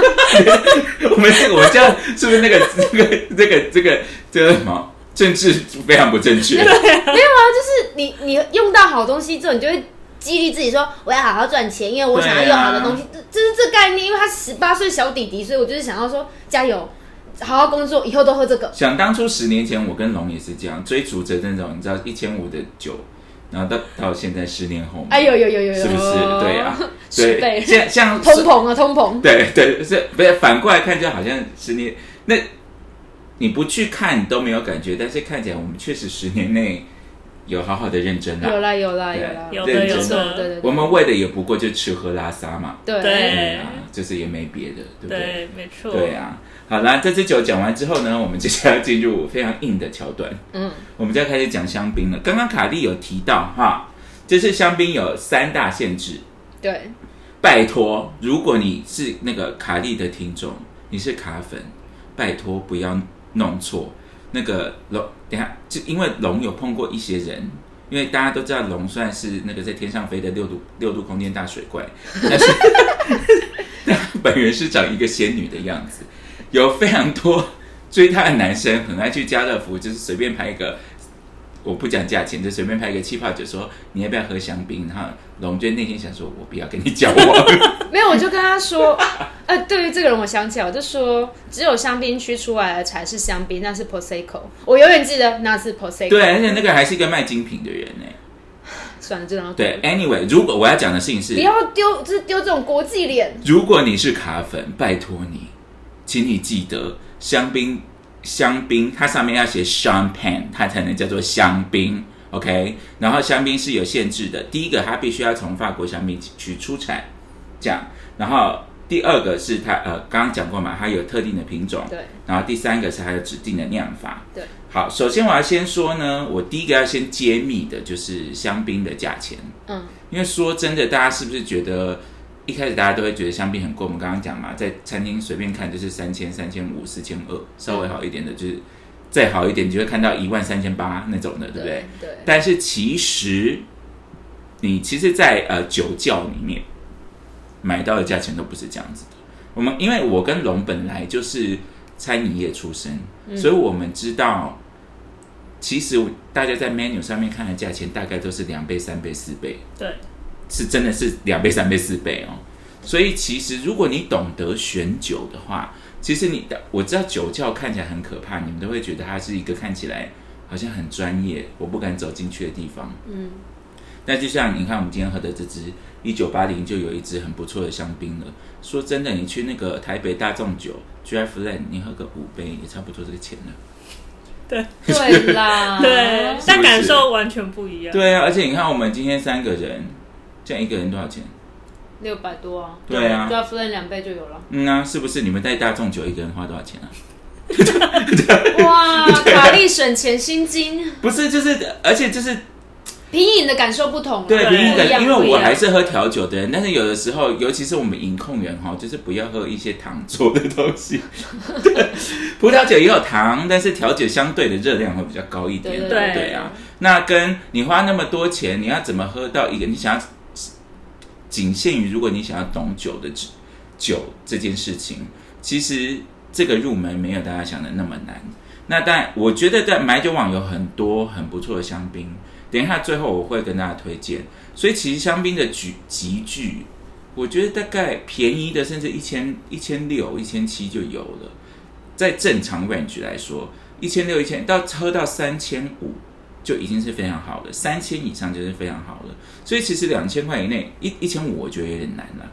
Speaker 2: 我们这个，我们这样是不是那个那个这个这个这个什么政治非常不正确？
Speaker 3: 没有啊，就是你你用到好东西之后，你就会激励自己说我要好好赚钱，因为我想要用好的东西。这、这是这概念，因为他十八岁小弟弟，所以我就是想要说加油，好好工作，以后都喝这个。
Speaker 2: 想当初十年前，我跟龙也是这样追逐着那种你知道一千五的酒，然后到到现在十年后嘛，
Speaker 3: 哎呦呦呦呦呦，
Speaker 2: 是不是？对啊，
Speaker 3: 十倍
Speaker 2: 对，像像
Speaker 3: 通膨啊通
Speaker 2: [laughs]
Speaker 3: 膨，
Speaker 2: 对对，是不是反过来看，就好像十年那你不去看都没有感觉，但是看起来我们确实十年内有好好的认真
Speaker 3: 有
Speaker 2: 啦。
Speaker 3: 啦有啦
Speaker 2: 对
Speaker 3: 有啦，
Speaker 4: 有
Speaker 2: 认真
Speaker 4: 的有
Speaker 3: 对
Speaker 4: 的，
Speaker 3: 对对，
Speaker 2: 我们为的也不过就吃喝拉撒嘛，
Speaker 3: 对
Speaker 4: 对
Speaker 2: 啊，就是也没别的，对不对？
Speaker 4: 对，没错，
Speaker 2: 对啊，好啦，这支酒讲完之后呢，我们接下来进入非常硬的桥段，
Speaker 3: 嗯，
Speaker 2: 我们就要开始讲香槟了。刚刚卡莉有提到哈，就是香槟有三大限制，
Speaker 3: 对，
Speaker 2: 拜托，如果你是那个卡莉的听众，你是卡粉，拜托不要弄错那个龙。等一下，就因为龙有碰过一些人，因为大家都知道龙算是那个在天上飞的六度六度空间大水怪， [laughs] 但是但本人是长一个仙女的样子，有非常多追她的男生很爱去家乐福，就是随便拍一个我不讲价钱，就随便拍一个气泡酒，说你要不要喝香槟？然后龙娟内心想说，我不要跟你交往。
Speaker 3: 没有我就跟他
Speaker 2: [laughs]
Speaker 3: 说，呃，对于这个人我想起来，我就说只有香槟区出来的才是香槟，那是 Prosecco，我永远记得那是 Prosecco。
Speaker 2: 对，而且那个还是一个卖精品的人呢、
Speaker 3: 算了，就让他
Speaker 2: 对，anyway，如果我要讲的事情是
Speaker 3: 嗯不，要丢，就是丢这种国际脸。
Speaker 2: 如果你是卡粉，拜托你，请你记得香槟，香槟它上面要写 champagne，它才能叫做香槟。OK，然后香槟是有限制的，第一个它必须要从法国香槟区出产，这样，然后第二个是它呃刚刚讲过嘛，它有特定的品种，
Speaker 3: 对，
Speaker 2: 然后第三个是它有指定的酿法。
Speaker 3: 对，
Speaker 2: 好，首先我要先说呢，我第一个要先揭秘的就是香槟的价钱，
Speaker 3: 嗯，
Speaker 2: 因为说真的，大家是不是觉得一开始大家都会觉得香槟很贵？我们刚刚讲嘛，在餐厅随便看就是三千、三千五、四千二，稍微好一点的就是再好一点，你就会看到一万三千八那种的，对不对？
Speaker 3: 对
Speaker 2: 但是其实你其实在，呃酒窖里面买到的价钱都不是这样子的。我们因为我跟龙本来就是餐饮业出身，所以我们知道，其实大家在 menu 上面看的价钱大概都是两倍、三倍、四倍，
Speaker 4: 对，
Speaker 2: 是真的是两倍、三倍、四倍哦。所以其实如果你懂得选酒的话，其实你的我知道酒窖看起来很可怕，你们都会觉得它是一个看起来好像很专业，我不敢走进去的地方。
Speaker 3: 嗯，
Speaker 2: 那就像你看我们今天喝的这支一九八零就有一支很不错的香槟了。说真的，你去那个台北大众酒 g f Land，你喝个五杯也差不多这个钱了。
Speaker 4: 对
Speaker 3: 对啦，
Speaker 4: [laughs]
Speaker 2: 啊
Speaker 4: 对，但感受完全不一样。
Speaker 2: 对啊，而且你看我们今天三个人，这样一个人多少钱？
Speaker 3: 六百多啊，
Speaker 2: 对啊
Speaker 3: 就要付了两倍就有了。
Speaker 2: 嗯啊，是不是？你们带大众酒一个人花多少钱啊？ [laughs]
Speaker 3: 哇，卡利省钱心经，
Speaker 2: 不是，就是，而且就是
Speaker 3: 品饮的感受不同啊，
Speaker 2: 对
Speaker 4: 对
Speaker 2: 平易
Speaker 3: 不一样
Speaker 2: 感，因为
Speaker 3: 不一
Speaker 2: 我
Speaker 3: 样
Speaker 2: 还是喝调酒的人，但是有的时候，尤其是我们饮控人哈，就是不要喝一些糖做的东西。对， [laughs] 葡萄酒也有糖，但是调酒相对的热量会比较高一点。
Speaker 3: 对
Speaker 4: 对
Speaker 2: 对啊，那跟你花那么多钱，你要怎么喝到一个你想要，仅限于如果你想要懂酒的酒酒这件事情，其实这个入门没有大家想的那么难。那但我觉得在买酒网有很多很不错的香槟，等一下最后我会跟大家推荐。所以其实香槟的集集聚，我觉得大概便宜的甚至一千一千六、一千七就有了。在正常 range 来说，一千六、一千到喝到三千五就已经是非常好了，三千以上就是非常好了。所以其实两千块以内，一一千五我觉得有点难了，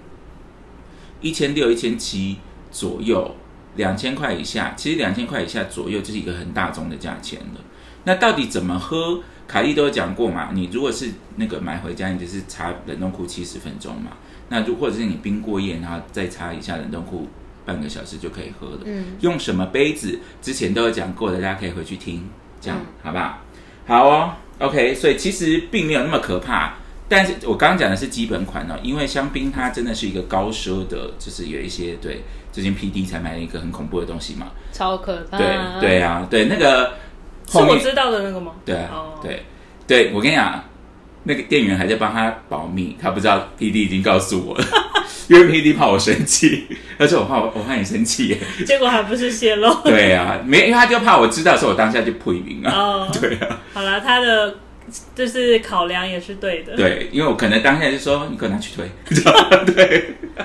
Speaker 2: 一千六、一千七左右，两千块以下，其实两千块以下左右就是一个很大众的价钱了。那到底怎么喝？凯莉都有讲过嘛，你如果是那个买回家，你就是插冷冻库七十分钟嘛。那如或者是你冰过夜，然后再插一下冷冻库半个小时就可以喝了。
Speaker 3: 嗯，
Speaker 2: 用什么杯子，之前都有讲过的，大家可以回去听，这样、好不好？好哦，OK，所以其实并没有那么可怕。但是我刚刚讲的是基本款哦，因为香槟它真的是一个高奢的，就是有一些对，最近 P D 才买了一个很恐怖的东西嘛，
Speaker 3: 超可怕。
Speaker 2: 对、对啊，对那个
Speaker 4: 是
Speaker 2: 后
Speaker 4: 我
Speaker 2: 面
Speaker 4: 知道的那个吗？
Speaker 2: 对啊
Speaker 4: 哦，
Speaker 2: 对，对我跟你讲，那个店员还在帮他保密，他不知道 P D 已经告诉我
Speaker 4: [laughs]
Speaker 2: 了，因为 P D 怕我生气，而且我怕我我怕你生气
Speaker 4: [laughs]
Speaker 2: 耶，
Speaker 4: 结果还不是泄露。
Speaker 2: 对啊，没，因为他就怕我知道，所以我当下就破云啊，
Speaker 4: 哦，
Speaker 2: 对啊，
Speaker 4: 好啦，他的就是考量也是对的。
Speaker 2: 对，因为我可能当下就说你给我拿去推，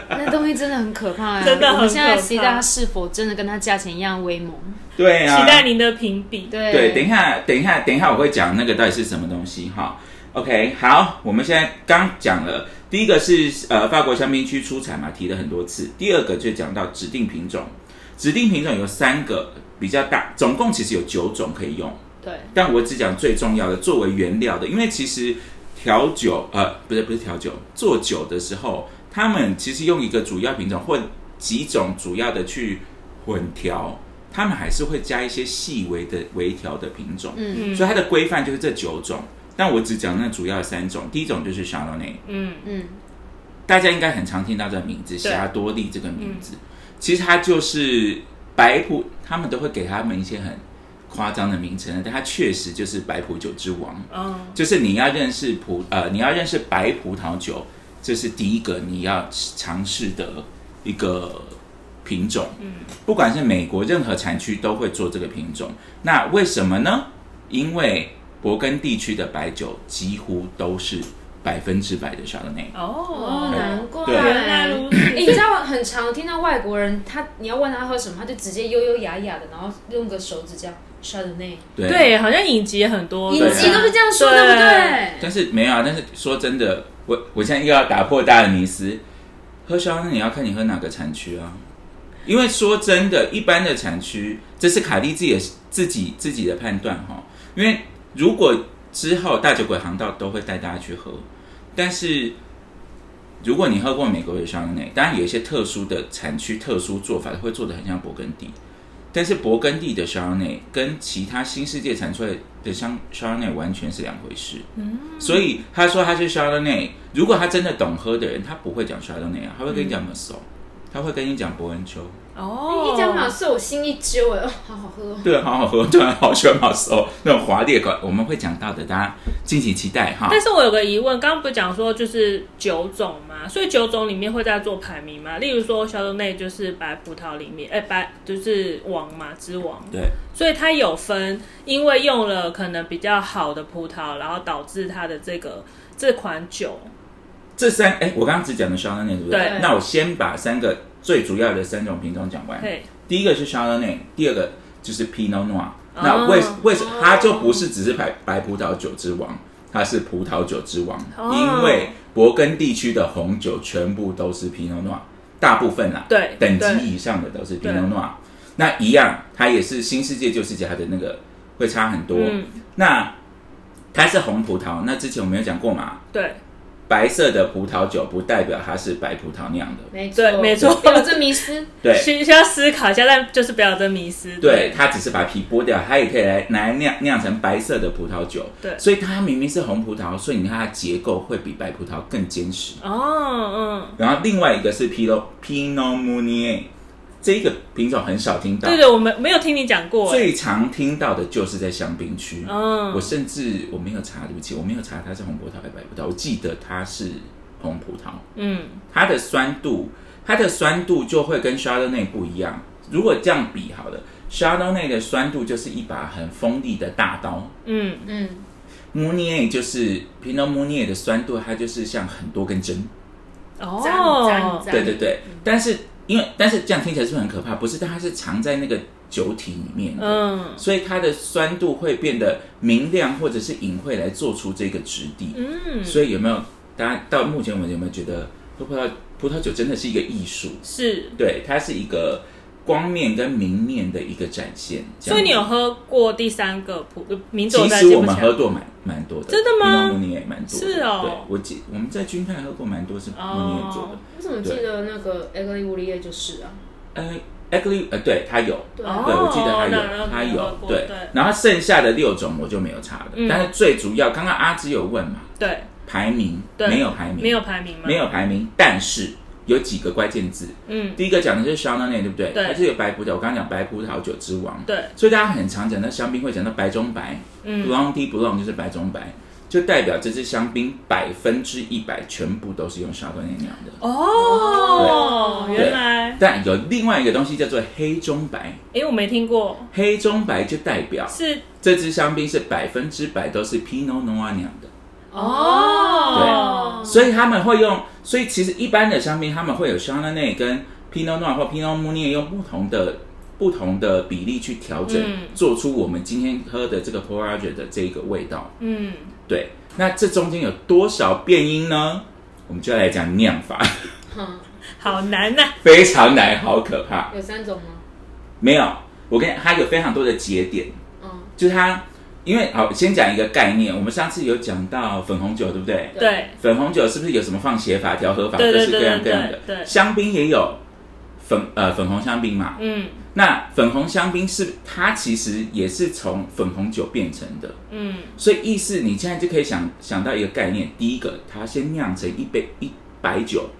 Speaker 3: 那东西真的很可怕呀、啊
Speaker 4: 真的很
Speaker 3: 我们现在
Speaker 4: 可怕
Speaker 3: 期待它是否真的跟它价钱一样威猛。
Speaker 2: 对啊，
Speaker 4: 期待您的评比。
Speaker 3: 对
Speaker 2: 对，等一下，等一下，等一下，我会讲那个到底是什么东西哈。OK，好，我们现在刚讲了，第一个是呃法国香槟区出产嘛，提了很多次。第二个就讲到指定品种，指定品种有三个比较大，总共其实有九种可以用，
Speaker 3: 对，
Speaker 2: 但我只讲最重要的作为原料的，因为其实调酒呃不是不是调酒，做酒的时候，他们其实用一个主要品种或几种主要的去混调，他们还是会加一些细微的微调的品种。
Speaker 3: 嗯
Speaker 4: 嗯
Speaker 2: 所以它的规范就是这九种。但我只讲那主要的三种，第一种就是 Chardonnay，
Speaker 4: 嗯，
Speaker 3: 嗯，
Speaker 2: 大家应该很常听到这个名字，
Speaker 4: 对
Speaker 2: 霞多丽这个名字，其实它就是白葡，他们都会给他们一些很夸张的名称，但它确实就是白葡酒之王。
Speaker 4: 哦，
Speaker 2: 就是你要认识葡呃，你要认识白葡萄酒，这是第一个你要尝试的一个品种。嗯，不管是美国任何产区都会做这个品种。那为什么呢？因为勃艮地区的白酒几乎都是百分之百的 Chardonnay。
Speaker 3: 哦，
Speaker 4: 哦，
Speaker 3: 难怪，
Speaker 2: 对
Speaker 4: 原来如此
Speaker 3: 哎、你知道很常听到外国人，他你要问他喝什么，他就直接悠悠雅雅的，然后用个手指这样 Chardonnay，
Speaker 2: 对。
Speaker 4: 对，好像影集也很多，
Speaker 3: 影
Speaker 2: 对
Speaker 3: 集都是这样说，对不对？
Speaker 2: 但是没有啊，但是说真的，我我现在又要打破大家的迷思，喝香那你要看你喝哪个产区啊。因为说真的，一般的产区，这是卡蒂自己的自己自己的判断哈。因为如果之后大酒鬼航道都会带大家去喝，但是如果你喝过美国的香奈，当然有一些特殊的产区、特殊做法会做的很像勃艮第，但是勃艮第的 c h a r d o n n a 跟其他新世界产出来的香 c h a r d o n n a 完全是两回事。所以他说他是 c h a r d o n n a 如果他真的懂喝的人，他不会讲 c h a r d o n n a 啊，他会跟你讲 m
Speaker 4: 嗯
Speaker 2: e s o 他会跟你讲伯恩丘。
Speaker 4: 哦，
Speaker 3: 一哎讲马是我心一揪，哎，哦，好好喝、哦。
Speaker 2: 对，好好喝，对，好喜欢 m e s o 那种华丽的口，我们会讲到的，大家敬请期待哈。
Speaker 4: 但是我有个疑问，刚刚不是讲说就是九种嘛，所以九种里面会再做排名嘛？例如说小豆内就是白葡萄里面，哎、白就是王嘛，之王，
Speaker 2: 对，
Speaker 4: 所以它有分，因为用了可能比较好的葡萄，然后导致它的这个这款酒，
Speaker 2: 这三哎，我刚刚只讲的 c h a r d o n n a 对不对？
Speaker 4: 对
Speaker 2: 那我先把三个最主要的三种品种讲完。
Speaker 4: 嘿，
Speaker 2: 第一个是 Chardonnay，第二个就是 Pinot Noir。那为
Speaker 4: 哦
Speaker 2: 为什它就不是只是白白葡萄酒之王，它是葡萄酒之王，
Speaker 4: 哦
Speaker 2: 因为勃艮地区的红酒全部都是皮诺诺，大部分啦，
Speaker 4: 对
Speaker 2: 等级
Speaker 4: 对
Speaker 2: 以上的都是皮
Speaker 4: 对
Speaker 2: 诺诺。那一样，它也是新世界旧世界它的那个会差很多。
Speaker 4: 嗯，
Speaker 2: 那它是红葡萄，那之前我们有讲过嘛，
Speaker 4: 对
Speaker 2: 白色的葡萄酒不代表它是白葡萄酿的，
Speaker 3: 没错，
Speaker 4: 对，没，错。
Speaker 3: 有这迷思，
Speaker 2: 对，
Speaker 4: 需需要思考一下，但就是不要有这迷失。
Speaker 2: 对，它只是把皮剥掉，它也可以来拿来酿酿成白色的葡萄酒。
Speaker 4: 对
Speaker 2: 所以它明明是红葡萄，所以你看它结构会比白葡萄更坚实。
Speaker 4: 哦，嗯，
Speaker 2: 然后另外一个是 Pinot Pinot Meunier，这个品种很少听到，
Speaker 4: 对对，我们没有听你讲过。哎
Speaker 2: 最常听到的就是在香槟区。
Speaker 4: 嗯
Speaker 2: 我甚至我没有查，对不起，我没有查它是红葡萄还是白葡萄，我记得它是红葡萄。
Speaker 4: 嗯，
Speaker 2: 它的酸度，它的酸度就会跟 Chardonnay 不一样。如果这样比好了，Chardonnay 的酸度就是一把很锋利的大刀
Speaker 4: 嗯
Speaker 3: 嗯，
Speaker 2: ，Meunier 就是 Pinot Meunier 的酸度，它就是像很多根针。
Speaker 4: 哦，
Speaker 2: 对对对，但是因为但是这样听起来是不是很可怕？不是，但它是藏在那个酒体里面的，
Speaker 4: 嗯
Speaker 2: 所以它的酸度会变得明亮或者是隐晦来做出这个质地。
Speaker 4: 嗯，
Speaker 2: 所以有没有大家到目前为止有没有觉得喝葡萄葡萄酒真的是一个艺术？
Speaker 4: 是。
Speaker 2: 对，它是一个光面跟明面的一个展现。这样
Speaker 4: 所以你有喝过第三个葡呃名字
Speaker 2: 其
Speaker 4: 我再
Speaker 2: 实
Speaker 4: 记
Speaker 2: 我
Speaker 4: 不
Speaker 2: 们
Speaker 4: 起
Speaker 2: 喝
Speaker 4: 来。
Speaker 2: 过蛮蛮多的，
Speaker 4: 真的吗
Speaker 2: 尼也蛮多的，
Speaker 4: 是哦
Speaker 2: 对，我记我们在军派喝过蛮多是尼
Speaker 4: 哦
Speaker 2: 也做的。
Speaker 3: 我怎么记得那个 e g l y w o l i 就是啊，
Speaker 2: 呃 a g l y 呃，对，它有，
Speaker 3: 对
Speaker 4: 哦
Speaker 2: 对我记得它
Speaker 4: 那那
Speaker 2: 有，它
Speaker 4: 我喝
Speaker 2: 有，
Speaker 4: 过
Speaker 2: 对
Speaker 4: 对。
Speaker 2: 然后剩下的六种我就没有查了，
Speaker 4: 嗯
Speaker 2: 但是最主要，刚刚阿芝有问嘛，
Speaker 4: 对，
Speaker 2: 排名
Speaker 4: 对
Speaker 2: 没有排名，
Speaker 4: 没有排名吗？
Speaker 2: 没。有排名，但是有几个关键字，
Speaker 4: 嗯，
Speaker 2: 第一个讲的就是 c h a r d o n n a y 对不对？
Speaker 4: 对
Speaker 2: 它是有白葡萄，我刚刚讲白葡萄酒之王，
Speaker 4: 对，
Speaker 2: 所以大家很常讲到香槟会讲到白中白、b
Speaker 4: 嗯
Speaker 2: l o n d e Blanc 就是白中白，就代表这支香槟百分之一百全部都是用 c h a r d o n n a y 酿的。
Speaker 4: 哦，
Speaker 3: 对
Speaker 4: 原来，
Speaker 2: 但有另外一个东西叫做黑中白，
Speaker 4: 诶，我没听过，
Speaker 2: 黑中白就代表
Speaker 4: 是
Speaker 2: 这支香槟是百分之百都是 Pinot Noir 酿的，
Speaker 4: 哦，
Speaker 2: 所以他们会用，所以其实一般的香槟他们会有 Chardonnay 跟 Pinot Noir 或 Pinot Meunier 用不同的不同的比例去调整，
Speaker 4: 嗯
Speaker 2: 做出我们今天喝的这个 p o r a g e 的这个味道。
Speaker 4: 嗯，
Speaker 2: 对，那这中间有多少变音呢？我们就要来讲酿法， [laughs]
Speaker 3: 哼，
Speaker 4: 好难呐，
Speaker 2: 非常难，好可怕。
Speaker 3: 有三种吗？
Speaker 2: 没有，我跟你它有非常多的节点，
Speaker 3: 嗯，
Speaker 2: 就是它，因为好，先讲一个概念，我们上次有讲到粉红酒，对不对？
Speaker 4: 对，
Speaker 2: 粉红酒是不是有什么放血法调和法，
Speaker 4: 对
Speaker 2: 各
Speaker 4: 对
Speaker 2: 式各样各
Speaker 4: 对对
Speaker 2: 样
Speaker 4: 对对
Speaker 2: 的？香槟也有粉呃粉红香槟嘛，
Speaker 4: 嗯
Speaker 2: 那粉红香槟是它其实也是从粉红酒变成的，
Speaker 4: 嗯
Speaker 2: 所以意思你现在就可以想想到一个概念，第一个它先酿成一杯一白酒，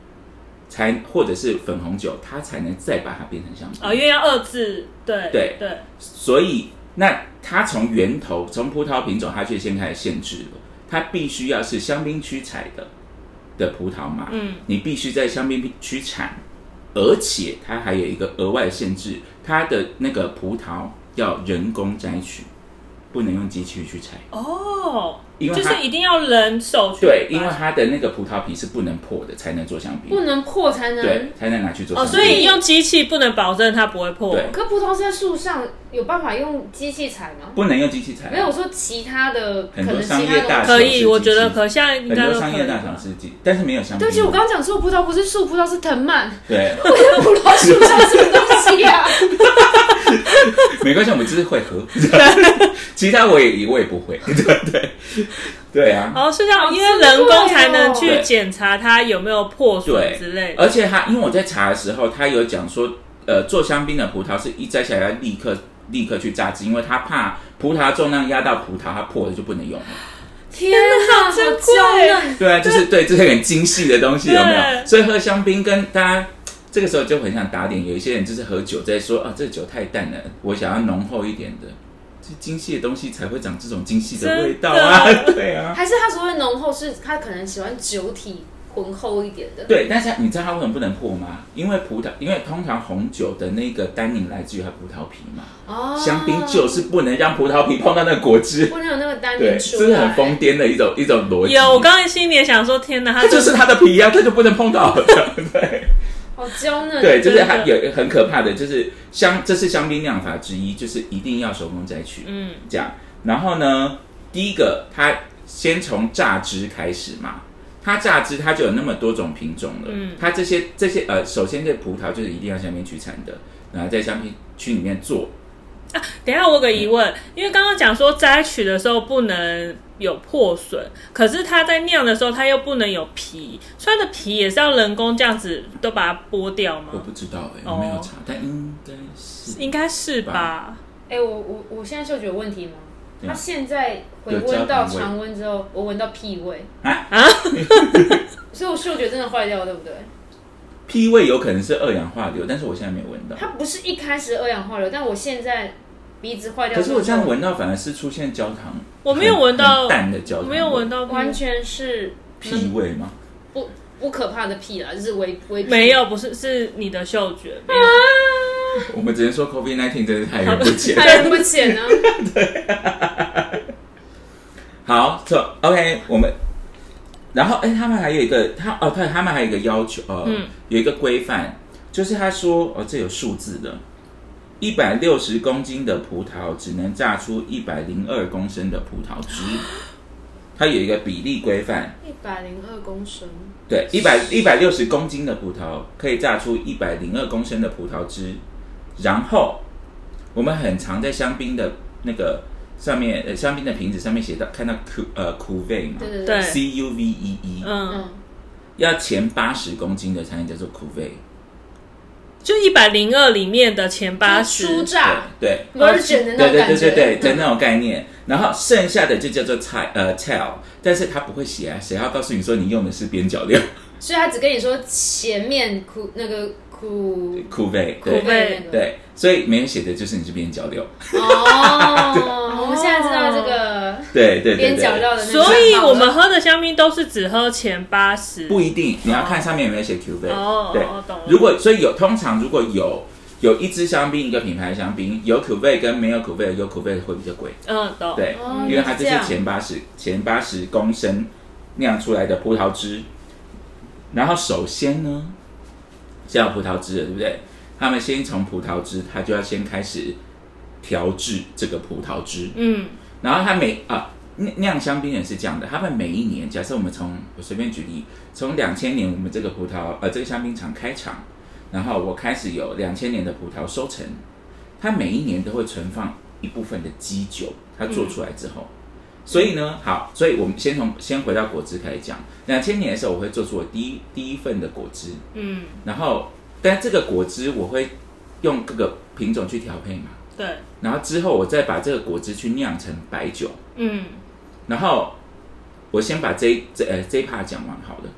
Speaker 2: 才或者是粉红酒，它才能再把它变成香槟。
Speaker 4: 哦，因为要遏制，对
Speaker 2: 对
Speaker 4: 对，
Speaker 2: 所以那它从源头从葡萄品种，它就先开始限制了，它必须要是香槟区采的的葡萄嘛，
Speaker 4: 嗯，
Speaker 2: 你必须在香槟区产，而且它还有一个额外限制，它的那个葡萄要人工摘取，不能用机器去采，
Speaker 4: 哦，
Speaker 2: 因为
Speaker 4: 就
Speaker 2: 它
Speaker 4: 是一定要人手去
Speaker 2: 对，因
Speaker 4: 把
Speaker 2: 为它的那个葡萄皮是不能破的，才能做香槟
Speaker 3: 不，能破才
Speaker 2: 对
Speaker 3: 能。，
Speaker 2: 才能拿去做
Speaker 4: 哦，
Speaker 2: 香槟。
Speaker 4: 所以用机器不能保证它不会破，
Speaker 2: 对
Speaker 3: 可葡萄是在树上，有办法用机器采吗？
Speaker 2: 不能用机器采，啊
Speaker 3: 没有，我说其他的，可
Speaker 2: 很多
Speaker 3: 能其
Speaker 2: 商业
Speaker 3: 他
Speaker 2: 大
Speaker 3: 的。
Speaker 4: 可以，
Speaker 2: 手
Speaker 4: 我
Speaker 2: 是机
Speaker 4: 觉得
Speaker 2: 器
Speaker 4: 可现在应
Speaker 2: 很
Speaker 4: 该
Speaker 2: 多
Speaker 4: 都可
Speaker 2: 商业
Speaker 4: 以
Speaker 2: 大
Speaker 4: 吧。
Speaker 2: 厂是机，但是没有香槟。
Speaker 3: 对不起，我刚刚讲说葡萄不是树，葡萄是藤蔓，
Speaker 2: 对，
Speaker 3: 葡萄树上什么东西
Speaker 2: [laughs]
Speaker 3: 啊？
Speaker 2: 没关系，我们只是会喝， [laughs] 其他我也我也不会，对对对啊，
Speaker 4: 哦，是这样，
Speaker 3: 好
Speaker 4: 因为人工才能
Speaker 3: 珍
Speaker 4: 去
Speaker 2: 贵哦
Speaker 4: 检查它有没有破损之类的。
Speaker 2: 而且他因为我在查的时候，他有讲说，呃，做香槟的葡萄是一摘下来要立刻立刻去榨汁，因为他怕葡萄重量压到葡萄，它破了就不能用了。
Speaker 3: 天哪，好
Speaker 4: 珍贵
Speaker 3: 娇嫩！
Speaker 2: 对啊，就是对这些很精细的东西有没有？
Speaker 4: 对
Speaker 2: 所以喝香槟跟大家。这个时候就很想打脸，有一些人就是喝酒在说啊，这酒太淡了，我想要浓厚一点的，这精细的东西才会长这种精细的味道啊 [laughs]
Speaker 4: 真，
Speaker 2: 对啊。
Speaker 3: 还是他所谓浓厚，是他可能喜欢酒体浑厚一点的。
Speaker 2: 对，但是它你知道它为什么不能破吗？因为葡萄，因为通常红酒的那个单宁来自于它葡萄皮嘛，
Speaker 3: 哦，
Speaker 2: 香槟就是不能让葡萄皮碰到那个果
Speaker 3: [laughs]
Speaker 2: 汁，
Speaker 3: 不能有那个单
Speaker 2: 对，
Speaker 3: 宁出
Speaker 2: 这是
Speaker 3: 来
Speaker 2: 很。疯癫的一种一种逻辑。
Speaker 4: 有，我刚才心里也想说，天哪，它
Speaker 2: 它就是它的皮呀、啊，它就不能碰到， [laughs] 对
Speaker 3: 好娇嫩。
Speaker 2: 对，就是它
Speaker 4: 真
Speaker 2: 有很可怕的，就是香，这是香槟酿法之一，就是一定要手工摘取，
Speaker 4: 嗯
Speaker 2: 这样。然后呢，第一个它先从榨汁开始嘛。它榨汁，它就有那么多种品种了。嗯，它这些这些呃，首先这葡萄就是一定要香槟区产的，然后在香槟区里面做。
Speaker 4: 啊，等一下我有个疑
Speaker 2: 嗯
Speaker 4: 问，因为刚刚讲说摘取的时候不能有破损，可是它在酿的时候它又不能有皮，所以它的皮也是要人工这样子都把它剥掉
Speaker 2: 我
Speaker 4: 吗？
Speaker 2: 不知道哎、
Speaker 4: 哦
Speaker 2: 我没有查，但应该是
Speaker 4: 应该是吧。
Speaker 3: 哎、我我我现在嗅觉有问题吗？
Speaker 2: 对
Speaker 3: 它现在回
Speaker 2: 嗯有
Speaker 3: 温
Speaker 2: 焦
Speaker 3: 到
Speaker 2: 糖味
Speaker 3: 常温之后，我闻到屁味
Speaker 2: 啊
Speaker 4: 啊
Speaker 3: 所以我嗅觉真的坏掉了，对不对？
Speaker 2: P 味有可能是二氧化硫，但是我现在没有闻到。
Speaker 3: 它不是一开始二氧化硫，但我现在鼻子坏掉
Speaker 2: 可
Speaker 3: 之
Speaker 2: 是
Speaker 3: 后，
Speaker 2: 我这样闻到反而是出现焦糖，
Speaker 4: 我没有闻到
Speaker 2: 很淡的焦
Speaker 4: 我
Speaker 2: 糖，
Speaker 4: 没有闻到
Speaker 3: 完
Speaker 4: 完全
Speaker 3: 全是
Speaker 2: 屁味吗？
Speaker 3: 不不可怕的屁啦，就是微微屁
Speaker 4: 没有，啊不是是你的嗅觉没有。
Speaker 2: 我们只能说 COVID 1 9真是害人不浅。
Speaker 3: 害人不浅啊。
Speaker 2: 好，错，OK，我们，然后，哎、他们还有一个，他哦，对，他们还有一个要求，呃，
Speaker 4: 嗯
Speaker 2: 有一个规范，就是他说，哦，这有数字的，一百六十公斤的葡萄只能榨出一百零二公升的葡萄
Speaker 3: [gasps]
Speaker 2: 汁，它有一个比例规范，
Speaker 3: 一百零二公升，
Speaker 2: 对，一百一百六十公斤的葡萄可以榨出一百零二公升的葡萄汁，然后我们很常在香槟的那个上面，呃，香槟的瓶子上面写到看到 cu 呃 cuvee 嘛，
Speaker 3: 对对
Speaker 4: 对
Speaker 2: C U V E E，、
Speaker 4: 嗯，
Speaker 3: 嗯，
Speaker 2: 要前八十公斤的才能叫做 cuvee，
Speaker 4: 就一百零二里面的前八十，
Speaker 3: 酥炸
Speaker 2: 对
Speaker 3: version
Speaker 2: 对
Speaker 3: 的
Speaker 2: 对
Speaker 3: 那种
Speaker 2: 对
Speaker 3: 感
Speaker 2: 对对
Speaker 3: 觉，
Speaker 2: 对的那种概念。然后剩下的就叫做 t 呃 tell，但是他不会写啊，谁要告诉你说你用的是边角料
Speaker 3: 所以他只跟你说前面苦那个苦
Speaker 2: cuvee，
Speaker 3: 苦
Speaker 2: 对
Speaker 4: 对
Speaker 3: 味那个。
Speaker 2: 对，所以没有写的就是你是边角料，
Speaker 3: 哦，我们现在知道这个
Speaker 2: 对对对
Speaker 3: 边角
Speaker 2: 对。
Speaker 3: 料的那个
Speaker 4: 所以
Speaker 3: 账号了
Speaker 4: 我们喝的香槟都是只喝前八十。
Speaker 2: 不一定，你要看上面有没有写 cuvee。
Speaker 4: 哦
Speaker 2: 对
Speaker 4: 哦懂了，
Speaker 2: 如果所以有通常如果有有一支香槟一个品牌香槟有 cuvee 跟没有 cuvee，有 cuvee 会比较贵。
Speaker 4: 嗯，懂。
Speaker 2: 对，
Speaker 3: 哦
Speaker 2: 因为它这
Speaker 3: 原来
Speaker 2: 是
Speaker 3: 是这
Speaker 2: 前八十前八十公升酿出来的葡萄汁。然后首先呢，是要葡萄汁的，对不对？他们先从葡萄汁，他就要先开始调制这个葡萄汁。
Speaker 4: 嗯，
Speaker 2: 然后他每啊酿酿香槟也是这样的，他们每一年，假设我们从我随便举例，从两千年我们这个葡萄呃这个香槟厂开厂，然后我开始有两千年的葡萄收成，它每一年都会存放一部分的基酒，它做出来之后。所以呢，好，所以我们先从先回到果汁开始讲。两千年的时候，我会做出我第一第一份的果汁，
Speaker 4: 嗯，
Speaker 2: 然后但这个果汁我会用各个品种去调配嘛，
Speaker 4: 对，
Speaker 2: 然后之后我再把这个果汁去酿成白酒，
Speaker 4: 嗯，
Speaker 2: 然后我先把这一这呃这一 part 讲完好了。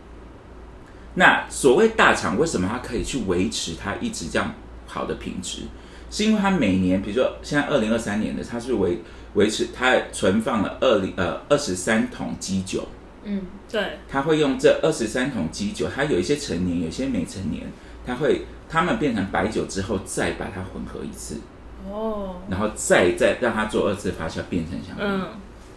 Speaker 2: 那所谓大厂为什么它可以去维持它一直这样好的品质，是因为它每年，比如说现在二零二三年的，它是维维持它存放了二零呃二十三桶基酒，
Speaker 3: 嗯，
Speaker 4: 对，
Speaker 2: 它会用这二十三桶基酒，它有一些成年，有些没成年，它会它们变成白酒之后再把它混合一次，
Speaker 4: 哦，
Speaker 2: 然后再再让它做二次发酵变成香槟。
Speaker 4: 嗯，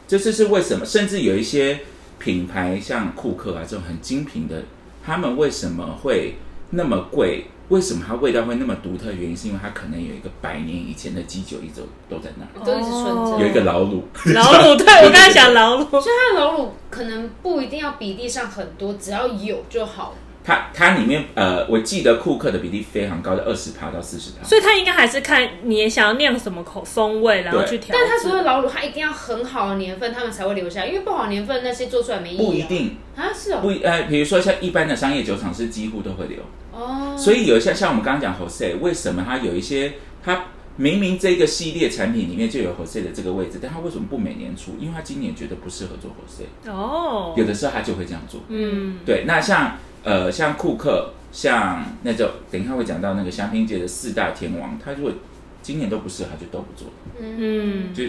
Speaker 2: 这就是为什么，甚至有一些品牌像库克啊这种很精品的，他们为什么会那么贵？为什么它味道会那么独特？原因是因为它可能有一个百年以前的基酒一直都在那儿，
Speaker 3: 都一直存
Speaker 4: 哦
Speaker 3: 着。
Speaker 2: 有一个老卤，
Speaker 4: 老
Speaker 2: [laughs]
Speaker 4: 鲁，对我刚才想老鲁，
Speaker 3: 所以它的老乳可能不一定要比例上很多，只要有就好。
Speaker 2: 它它里面呃，我记得库克的比例非常高的二十趴到四十趴，
Speaker 4: 所以他应该还是看你想要酿什么口风味，然后
Speaker 2: 对
Speaker 4: 去调制。
Speaker 3: 但它所有老乳，它一定要很好的年份，他们才会留下，因为不好的年份那些做出来没意义、啊。
Speaker 2: 不一定
Speaker 3: 啊，是
Speaker 2: 不
Speaker 3: 哦，
Speaker 2: 一呃，比如说像一般的商业酒厂是几乎都会留，
Speaker 3: 哦，
Speaker 2: 所以有一些像我们刚刚讲 Jose，为什么它有一些它明明这个系列产品里面就有 Jose 的这个位置，但它为什么不每年出？因为它今年觉得不适合做 Jose，
Speaker 4: 哦，
Speaker 2: 有的时候它就会这样做。
Speaker 4: 嗯，
Speaker 2: 对，那像呃像库克，像那种等一下会讲到那个香槟界的四大天王，他如果今年都不适合，它就都不做，
Speaker 4: 嗯
Speaker 2: 就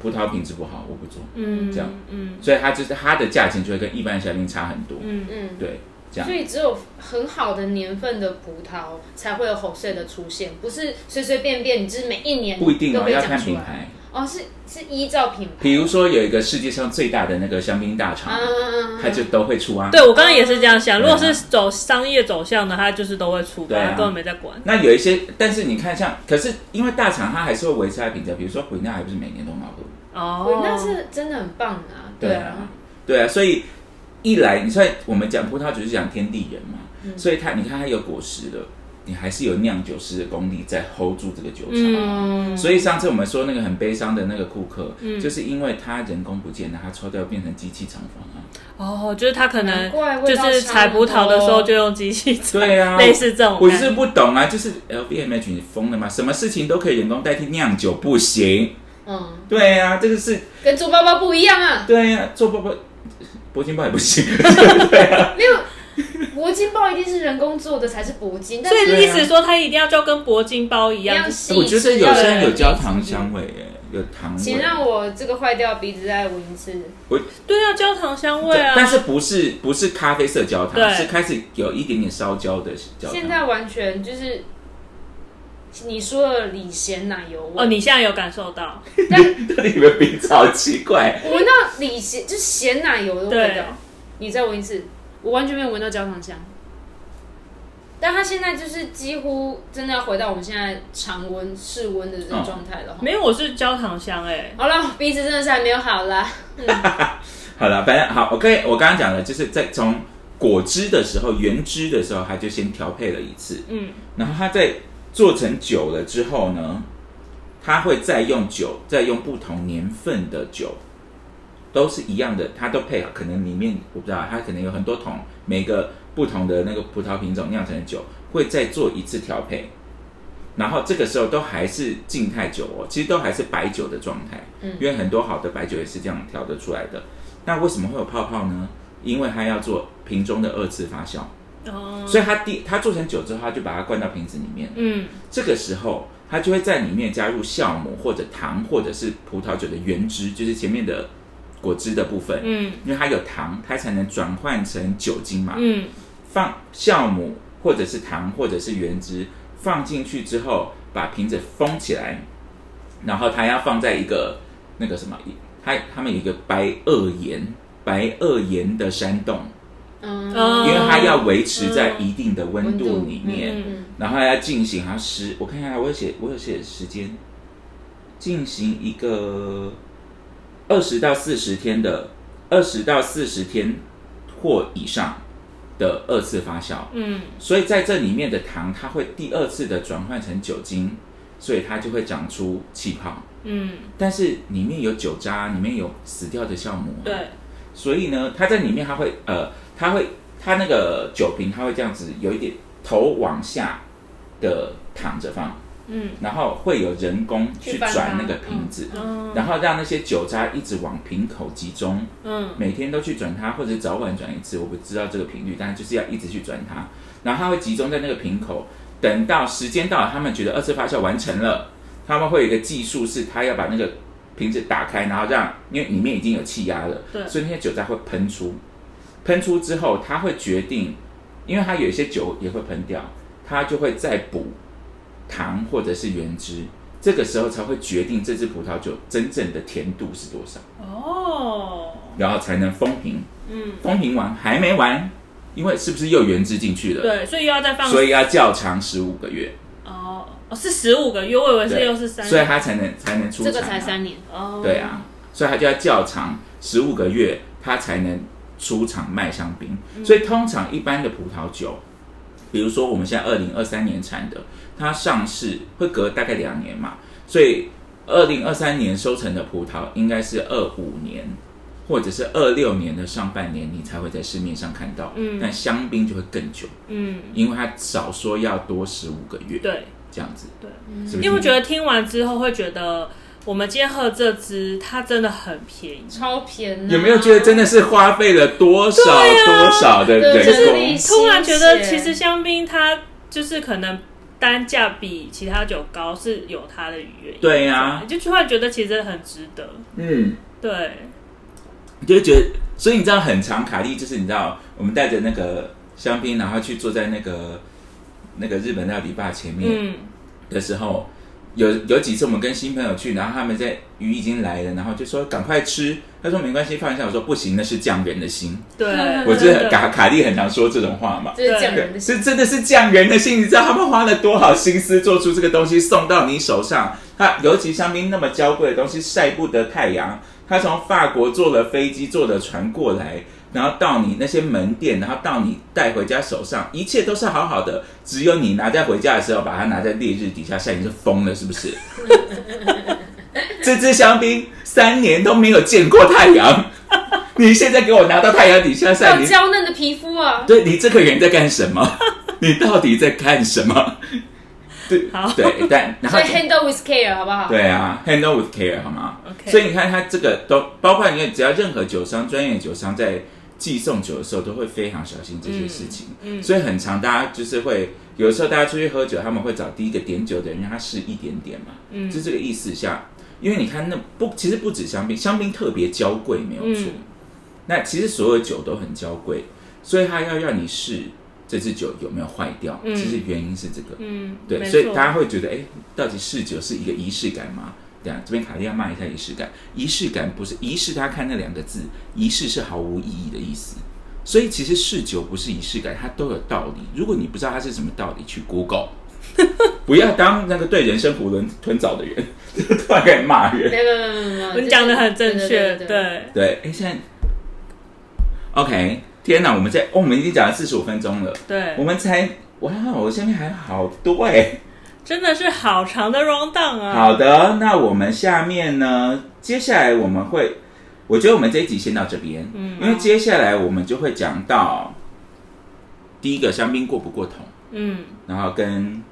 Speaker 2: 葡萄品质不好，我不做，
Speaker 4: 嗯，
Speaker 2: 这样，
Speaker 4: 嗯
Speaker 2: 所以它就是它的价钱就会跟一般的香槟差很多。
Speaker 4: 嗯，
Speaker 3: 嗯，
Speaker 2: 对，这样
Speaker 3: 所。以只有很好的年份的葡萄才会有红色的出现，不是随随便便，你就是每一年
Speaker 2: 不一定
Speaker 3: 都
Speaker 2: 哦，
Speaker 3: 可以
Speaker 2: 要
Speaker 3: 讲
Speaker 2: 看
Speaker 3: 出
Speaker 2: 品
Speaker 3: 来。
Speaker 2: 牌，
Speaker 3: 哦，是是依照品牌，
Speaker 2: 比如说有一个世界上最大的那个香槟大厂，
Speaker 3: 嗯，
Speaker 2: 它就都会出啊。
Speaker 4: 对，我刚刚也是这样想。如
Speaker 2: 对啊
Speaker 4: 果是走商业走向的，他就是都会出吧，
Speaker 2: 对啊
Speaker 4: 他根本没在管。
Speaker 2: 那有一些，但是你看像，可是因为大厂它还是会维持它的品质，比如说混纳还不是每年都好喝。
Speaker 4: 哦
Speaker 3: 哦，，那是真的很棒啊，
Speaker 2: 对啊，，对啊，所以一来，你像我们讲葡萄酒是讲天地人嘛，所以它你看它有果实了，你还是有酿酒师的功力在 hold 住这个酒厂。
Speaker 4: 嗯，
Speaker 2: 所以上次我们说那个很悲伤的那个库克，就是因为他人工不见了，他抽掉变成机器厂房啊。
Speaker 4: 哦，就是他可
Speaker 3: 难
Speaker 4: 能
Speaker 3: 怪味
Speaker 4: 就
Speaker 3: 道
Speaker 4: 是
Speaker 3: 差
Speaker 4: 采
Speaker 3: 很
Speaker 4: 葡萄的时候
Speaker 3: 多
Speaker 4: 就用机器采，
Speaker 2: [laughs] 对啊，
Speaker 4: [laughs] 类似这种
Speaker 2: 我
Speaker 4: 感
Speaker 2: 是
Speaker 4: 觉。
Speaker 2: 不懂啊，就是 LVMH 你疯了吗？什么事情都可以人工代替酿酒，不行。
Speaker 3: 嗯，
Speaker 2: 对啊，这个是
Speaker 3: 跟做包包不一样啊，
Speaker 2: 对啊，做包包铂金包也不行。
Speaker 3: 没有。铂金包一定是人工做的才是铂金，但
Speaker 4: 所
Speaker 3: 是
Speaker 4: 以意
Speaker 2: 啊
Speaker 4: 思说，他一定要就跟铂金包一
Speaker 3: 一
Speaker 4: 样
Speaker 3: 样，细
Speaker 2: [laughs]
Speaker 3: 致。
Speaker 2: 我觉得有些人有焦糖
Speaker 3: 要
Speaker 2: 香
Speaker 3: 有
Speaker 2: 味耶，有糖味。
Speaker 3: 请让我这个坏掉鼻子再闻一次。
Speaker 4: 对啊，焦糖香味啊。
Speaker 2: 但是不是不是咖啡色焦糖，
Speaker 4: 对
Speaker 2: 是开始有一点点烧焦的焦糖。[laughs]
Speaker 3: 现在完全就是你说的李贤奶油味，
Speaker 4: 哦，你现在有感受到？
Speaker 2: 到底有没有鼻子好奇怪？
Speaker 3: 我闻到李贤就是咸奶油的味
Speaker 4: 对
Speaker 3: 道。，你再闻一次，我完全没有闻到焦糖香。但它现在就是几乎真的要回到我们现在常温室温的这
Speaker 2: 嗯
Speaker 3: 种状态了。
Speaker 4: 没有，我是焦糖香哎。
Speaker 3: 好了，鼻子真的是还没有好啦。
Speaker 2: 好了，反正好，我可以，我刚刚讲了，就是在从果汁的时候，原汁的时候，它就先调配了一次，
Speaker 4: 嗯，
Speaker 2: 然后它在做成酒了之后呢，它会再用酒，再用不同年份的酒，都是一样的，它都配好，可能里面我不知道，它可能有很多桶，每个不同的那个葡萄品种酿成的酒，会再做一次调配。然后这个时候都还是静态酒哦，其实都还是白酒的状态，
Speaker 3: 嗯
Speaker 2: 因为很多好的白酒也是这样调得出来的。那为什么会有泡泡呢？因为它要做瓶中的二次发酵，
Speaker 4: 哦，
Speaker 2: 所以它第它做成酒之后，它就把它灌到瓶子里面。
Speaker 4: 嗯，
Speaker 2: 这个时候，它就会在里面加入酵母或者糖，或者是葡萄酒的原汁，就是前面的果汁的部分。
Speaker 4: 嗯，
Speaker 2: 因为它有糖，它才能转换成酒精嘛。
Speaker 4: 嗯，
Speaker 2: 放酵母或者是糖或者是原汁放进去之后，把瓶子封起来，然后它要放在一个那个什么，它他们有一个白垩岩，白垩岩的山洞，
Speaker 3: 嗯，
Speaker 4: 哦
Speaker 2: 因为它要维持在一定的温度里面，
Speaker 4: 嗯嗯
Speaker 2: 然后要进行它时，我看一下，我有写我有写时间，进行一个二十到四十天的二十到四十天或以上的二次发酵，
Speaker 4: 嗯，
Speaker 2: 所以在这里面的糖，它会第二次的转换成酒精，所以它就会长出气泡。
Speaker 4: 嗯，
Speaker 2: 但是里面有酒渣，里面有死掉的酵母、啊，
Speaker 4: 对，
Speaker 2: 所以呢，它在里面它会呃，它会它那个酒瓶它会这样子有一点头往下的躺着放，
Speaker 4: 嗯，
Speaker 2: 然后会有人工去
Speaker 3: 去搬它
Speaker 2: 转那个瓶子，
Speaker 4: 嗯
Speaker 2: 然后让那些酒渣一直往瓶口集中，
Speaker 4: 嗯，
Speaker 2: 每天都去转它，或者早晚转一次，我不知道这个频率，但是就是要一直去转它，然后它会集中在那个瓶口，等到时间到了，他们觉得二次发酵完成了，他们会有一个技术是，他要把那个瓶子打开，然后让因为里面已经有气压了，
Speaker 4: 对
Speaker 2: 所以那些酒渣会喷出，喷出之后，他会决定，因为它有一些酒也会喷掉，他就会再补糖或者是原汁。这个时候才会决定这支葡萄酒真正的甜度是多少，
Speaker 4: 哦，
Speaker 2: 然后才能封瓶。
Speaker 4: 嗯，
Speaker 2: 风评完还没完，因为是不是又原汁进去了？
Speaker 4: 对，所以又要再放，
Speaker 2: 所以要较长十五个月，
Speaker 4: 哦，哦是十五个月，我以为是
Speaker 2: 对
Speaker 4: 又是三，
Speaker 2: 所以它才能才能出
Speaker 3: 这
Speaker 2: 厂、啊。
Speaker 3: 个才三年，
Speaker 4: 哦，
Speaker 2: 对，啊，所以它就要较长十五个月，它才能出厂卖香槟。
Speaker 4: 嗯
Speaker 2: 所以通常一般的葡萄酒，比如说我们现在二零二三年产的，它上市会隔大概两年嘛，所以二零二三年收成的葡萄应该是二五年。或者是二六年的上半年，你才会在市面上看到。
Speaker 4: 嗯
Speaker 2: 但香槟就会更久，
Speaker 4: 嗯，
Speaker 2: 因为它少说要多十五个月，
Speaker 4: 对，
Speaker 2: 这样子。
Speaker 4: 对
Speaker 2: 是不是，
Speaker 4: 因为我觉得听完之后会觉得，我们今天喝这支它真的很便宜，
Speaker 3: 超偏、啊。
Speaker 2: 有没有觉得真的是花费了多少多少的
Speaker 3: 对就
Speaker 2: 人
Speaker 3: 是
Speaker 2: 工？
Speaker 3: 你
Speaker 4: 突然觉得其
Speaker 3: 谢
Speaker 4: 实
Speaker 3: 谢
Speaker 4: 香槟它就是可能单价比其他酒高是有它的原因，
Speaker 2: 对呀
Speaker 4: 就突然觉得其实很值得，
Speaker 2: 嗯，
Speaker 4: 对，
Speaker 2: 你就会觉得，所以你知道很长卡利就是你知道，我们带着那个香槟，然后去坐在那个那个日本料理吧前面
Speaker 4: 嗯，
Speaker 2: 的时候，有有几次我们跟新朋友去，然后他们在鱼已经来了，然后就说赶快吃，他说没关系放一下，我说不行，那是匠人的心。
Speaker 4: [laughs] 对，
Speaker 2: 我
Speaker 3: [laughs]
Speaker 4: 真
Speaker 2: 真的卡卡莉很常说这种话嘛。
Speaker 3: 这是匠人的
Speaker 2: 对，
Speaker 3: 心
Speaker 2: 是真的是匠人的心，你知道他们花了多少心思做出这个东西送到你手上。它尤其香槟那么娇贵的东西，晒不得太阳。他从法国坐了飞机，坐了船过来，然后到你那些门店，然后到你带回家手上，一切都是好好的。只有你拿在回家的时候，把它拿在烈日底下晒，你是疯了是不是？这支香槟三年都没有见过太阳，你现在给我拿到太阳底下晒，
Speaker 3: 要
Speaker 2: 你
Speaker 3: 娇嫩的皮肤啊，
Speaker 2: 对你这个人在干什
Speaker 3: [laughs]
Speaker 2: 么？你到底在干什么？对
Speaker 4: 好
Speaker 2: 对，但然后
Speaker 3: 所以 handle with care 好不好？
Speaker 2: 对啊，handle with care 好吗
Speaker 4: OK
Speaker 2: 所以你看，他这个都包括你看，只要任何酒商、专业酒商在寄送酒的时候，都会非常小心这些事情。嗯，所以很常大家就是会有时候大家出去喝酒，他们会找第一个点酒的人让他试一点点嘛，嗯，就这个意思下。因为你看那不，其实不止香槟，香槟特别娇贵，没有错。
Speaker 4: 嗯
Speaker 2: 那其实所有酒都很娇贵，所以他要让你试这支酒有没有坏掉，
Speaker 4: 嗯
Speaker 2: 其实原因是这个。
Speaker 4: 嗯，
Speaker 2: 对，
Speaker 4: 没
Speaker 2: 所以
Speaker 4: 错
Speaker 2: 大家会觉得，哎，到底试酒是一个仪式感吗？啊这样，这边卡莉要骂一下仪式感。仪式感不是仪式，他看那两个字，仪式是毫无意义的意思。所以其实试酒不是仪式感，它都有道理。如果你不知道它是什么道理，去 Google，不要当那个对人生囫囵吞枣的人， [laughs] 突然开始骂人。
Speaker 3: 没有没有没有没有没有，
Speaker 4: 你讲的很正确，
Speaker 3: 对
Speaker 4: 对，
Speaker 2: 对，哎，现在 OK，天哪，我们在、哦我们已经讲了四十五分钟了，我
Speaker 4: 对，
Speaker 2: 们才哇，我下面还有好多哎、
Speaker 4: 真的是好长的 round down 啊。
Speaker 2: 好的，那我们下面呢？接下来我们会，我觉得我们这一集先到这边，嗯，因为接下来我们就会讲到第一个香槟过不过桶，
Speaker 4: 嗯，
Speaker 2: 然后跟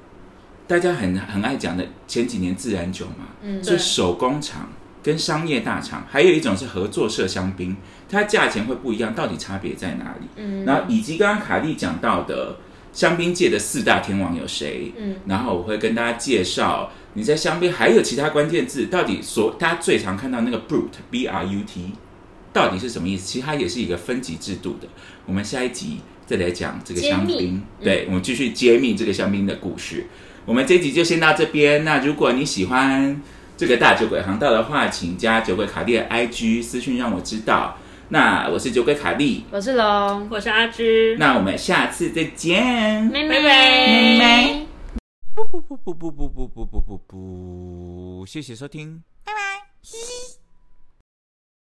Speaker 2: 大家很很爱讲的前几年自然酒嘛，
Speaker 3: 嗯
Speaker 2: 是
Speaker 4: 对
Speaker 2: 手工厂跟商业大厂，还有一种是合作社香槟，它价钱会不一样，到底差别在哪里？
Speaker 3: 嗯
Speaker 2: 然后以及刚刚卡莉讲到的香槟界的四大天王有谁？
Speaker 3: 嗯，
Speaker 2: 然后我会跟大家介绍你在香槟还有其他关键字，到底所大家最常看到那个 brut b r u t 到底是什么意思？其实它也是一个分级制度的。我们下一集再来讲这个香
Speaker 3: 揭秘嗯
Speaker 2: 槟，对，我们继续揭秘这个香槟的故事。我们这集就先到这边。那如果你喜欢这个大酒鬼航道的话，请加酒鬼卡莉的 IG 私讯让我知道。那我是酒鬼卡莉，
Speaker 3: 我是龙，
Speaker 4: 我是阿芝，
Speaker 2: 那我们下次再见。
Speaker 3: 妹
Speaker 4: 拜拜
Speaker 3: 妹。
Speaker 2: 不不不不不不不不不不不，谢谢收听，拜拜。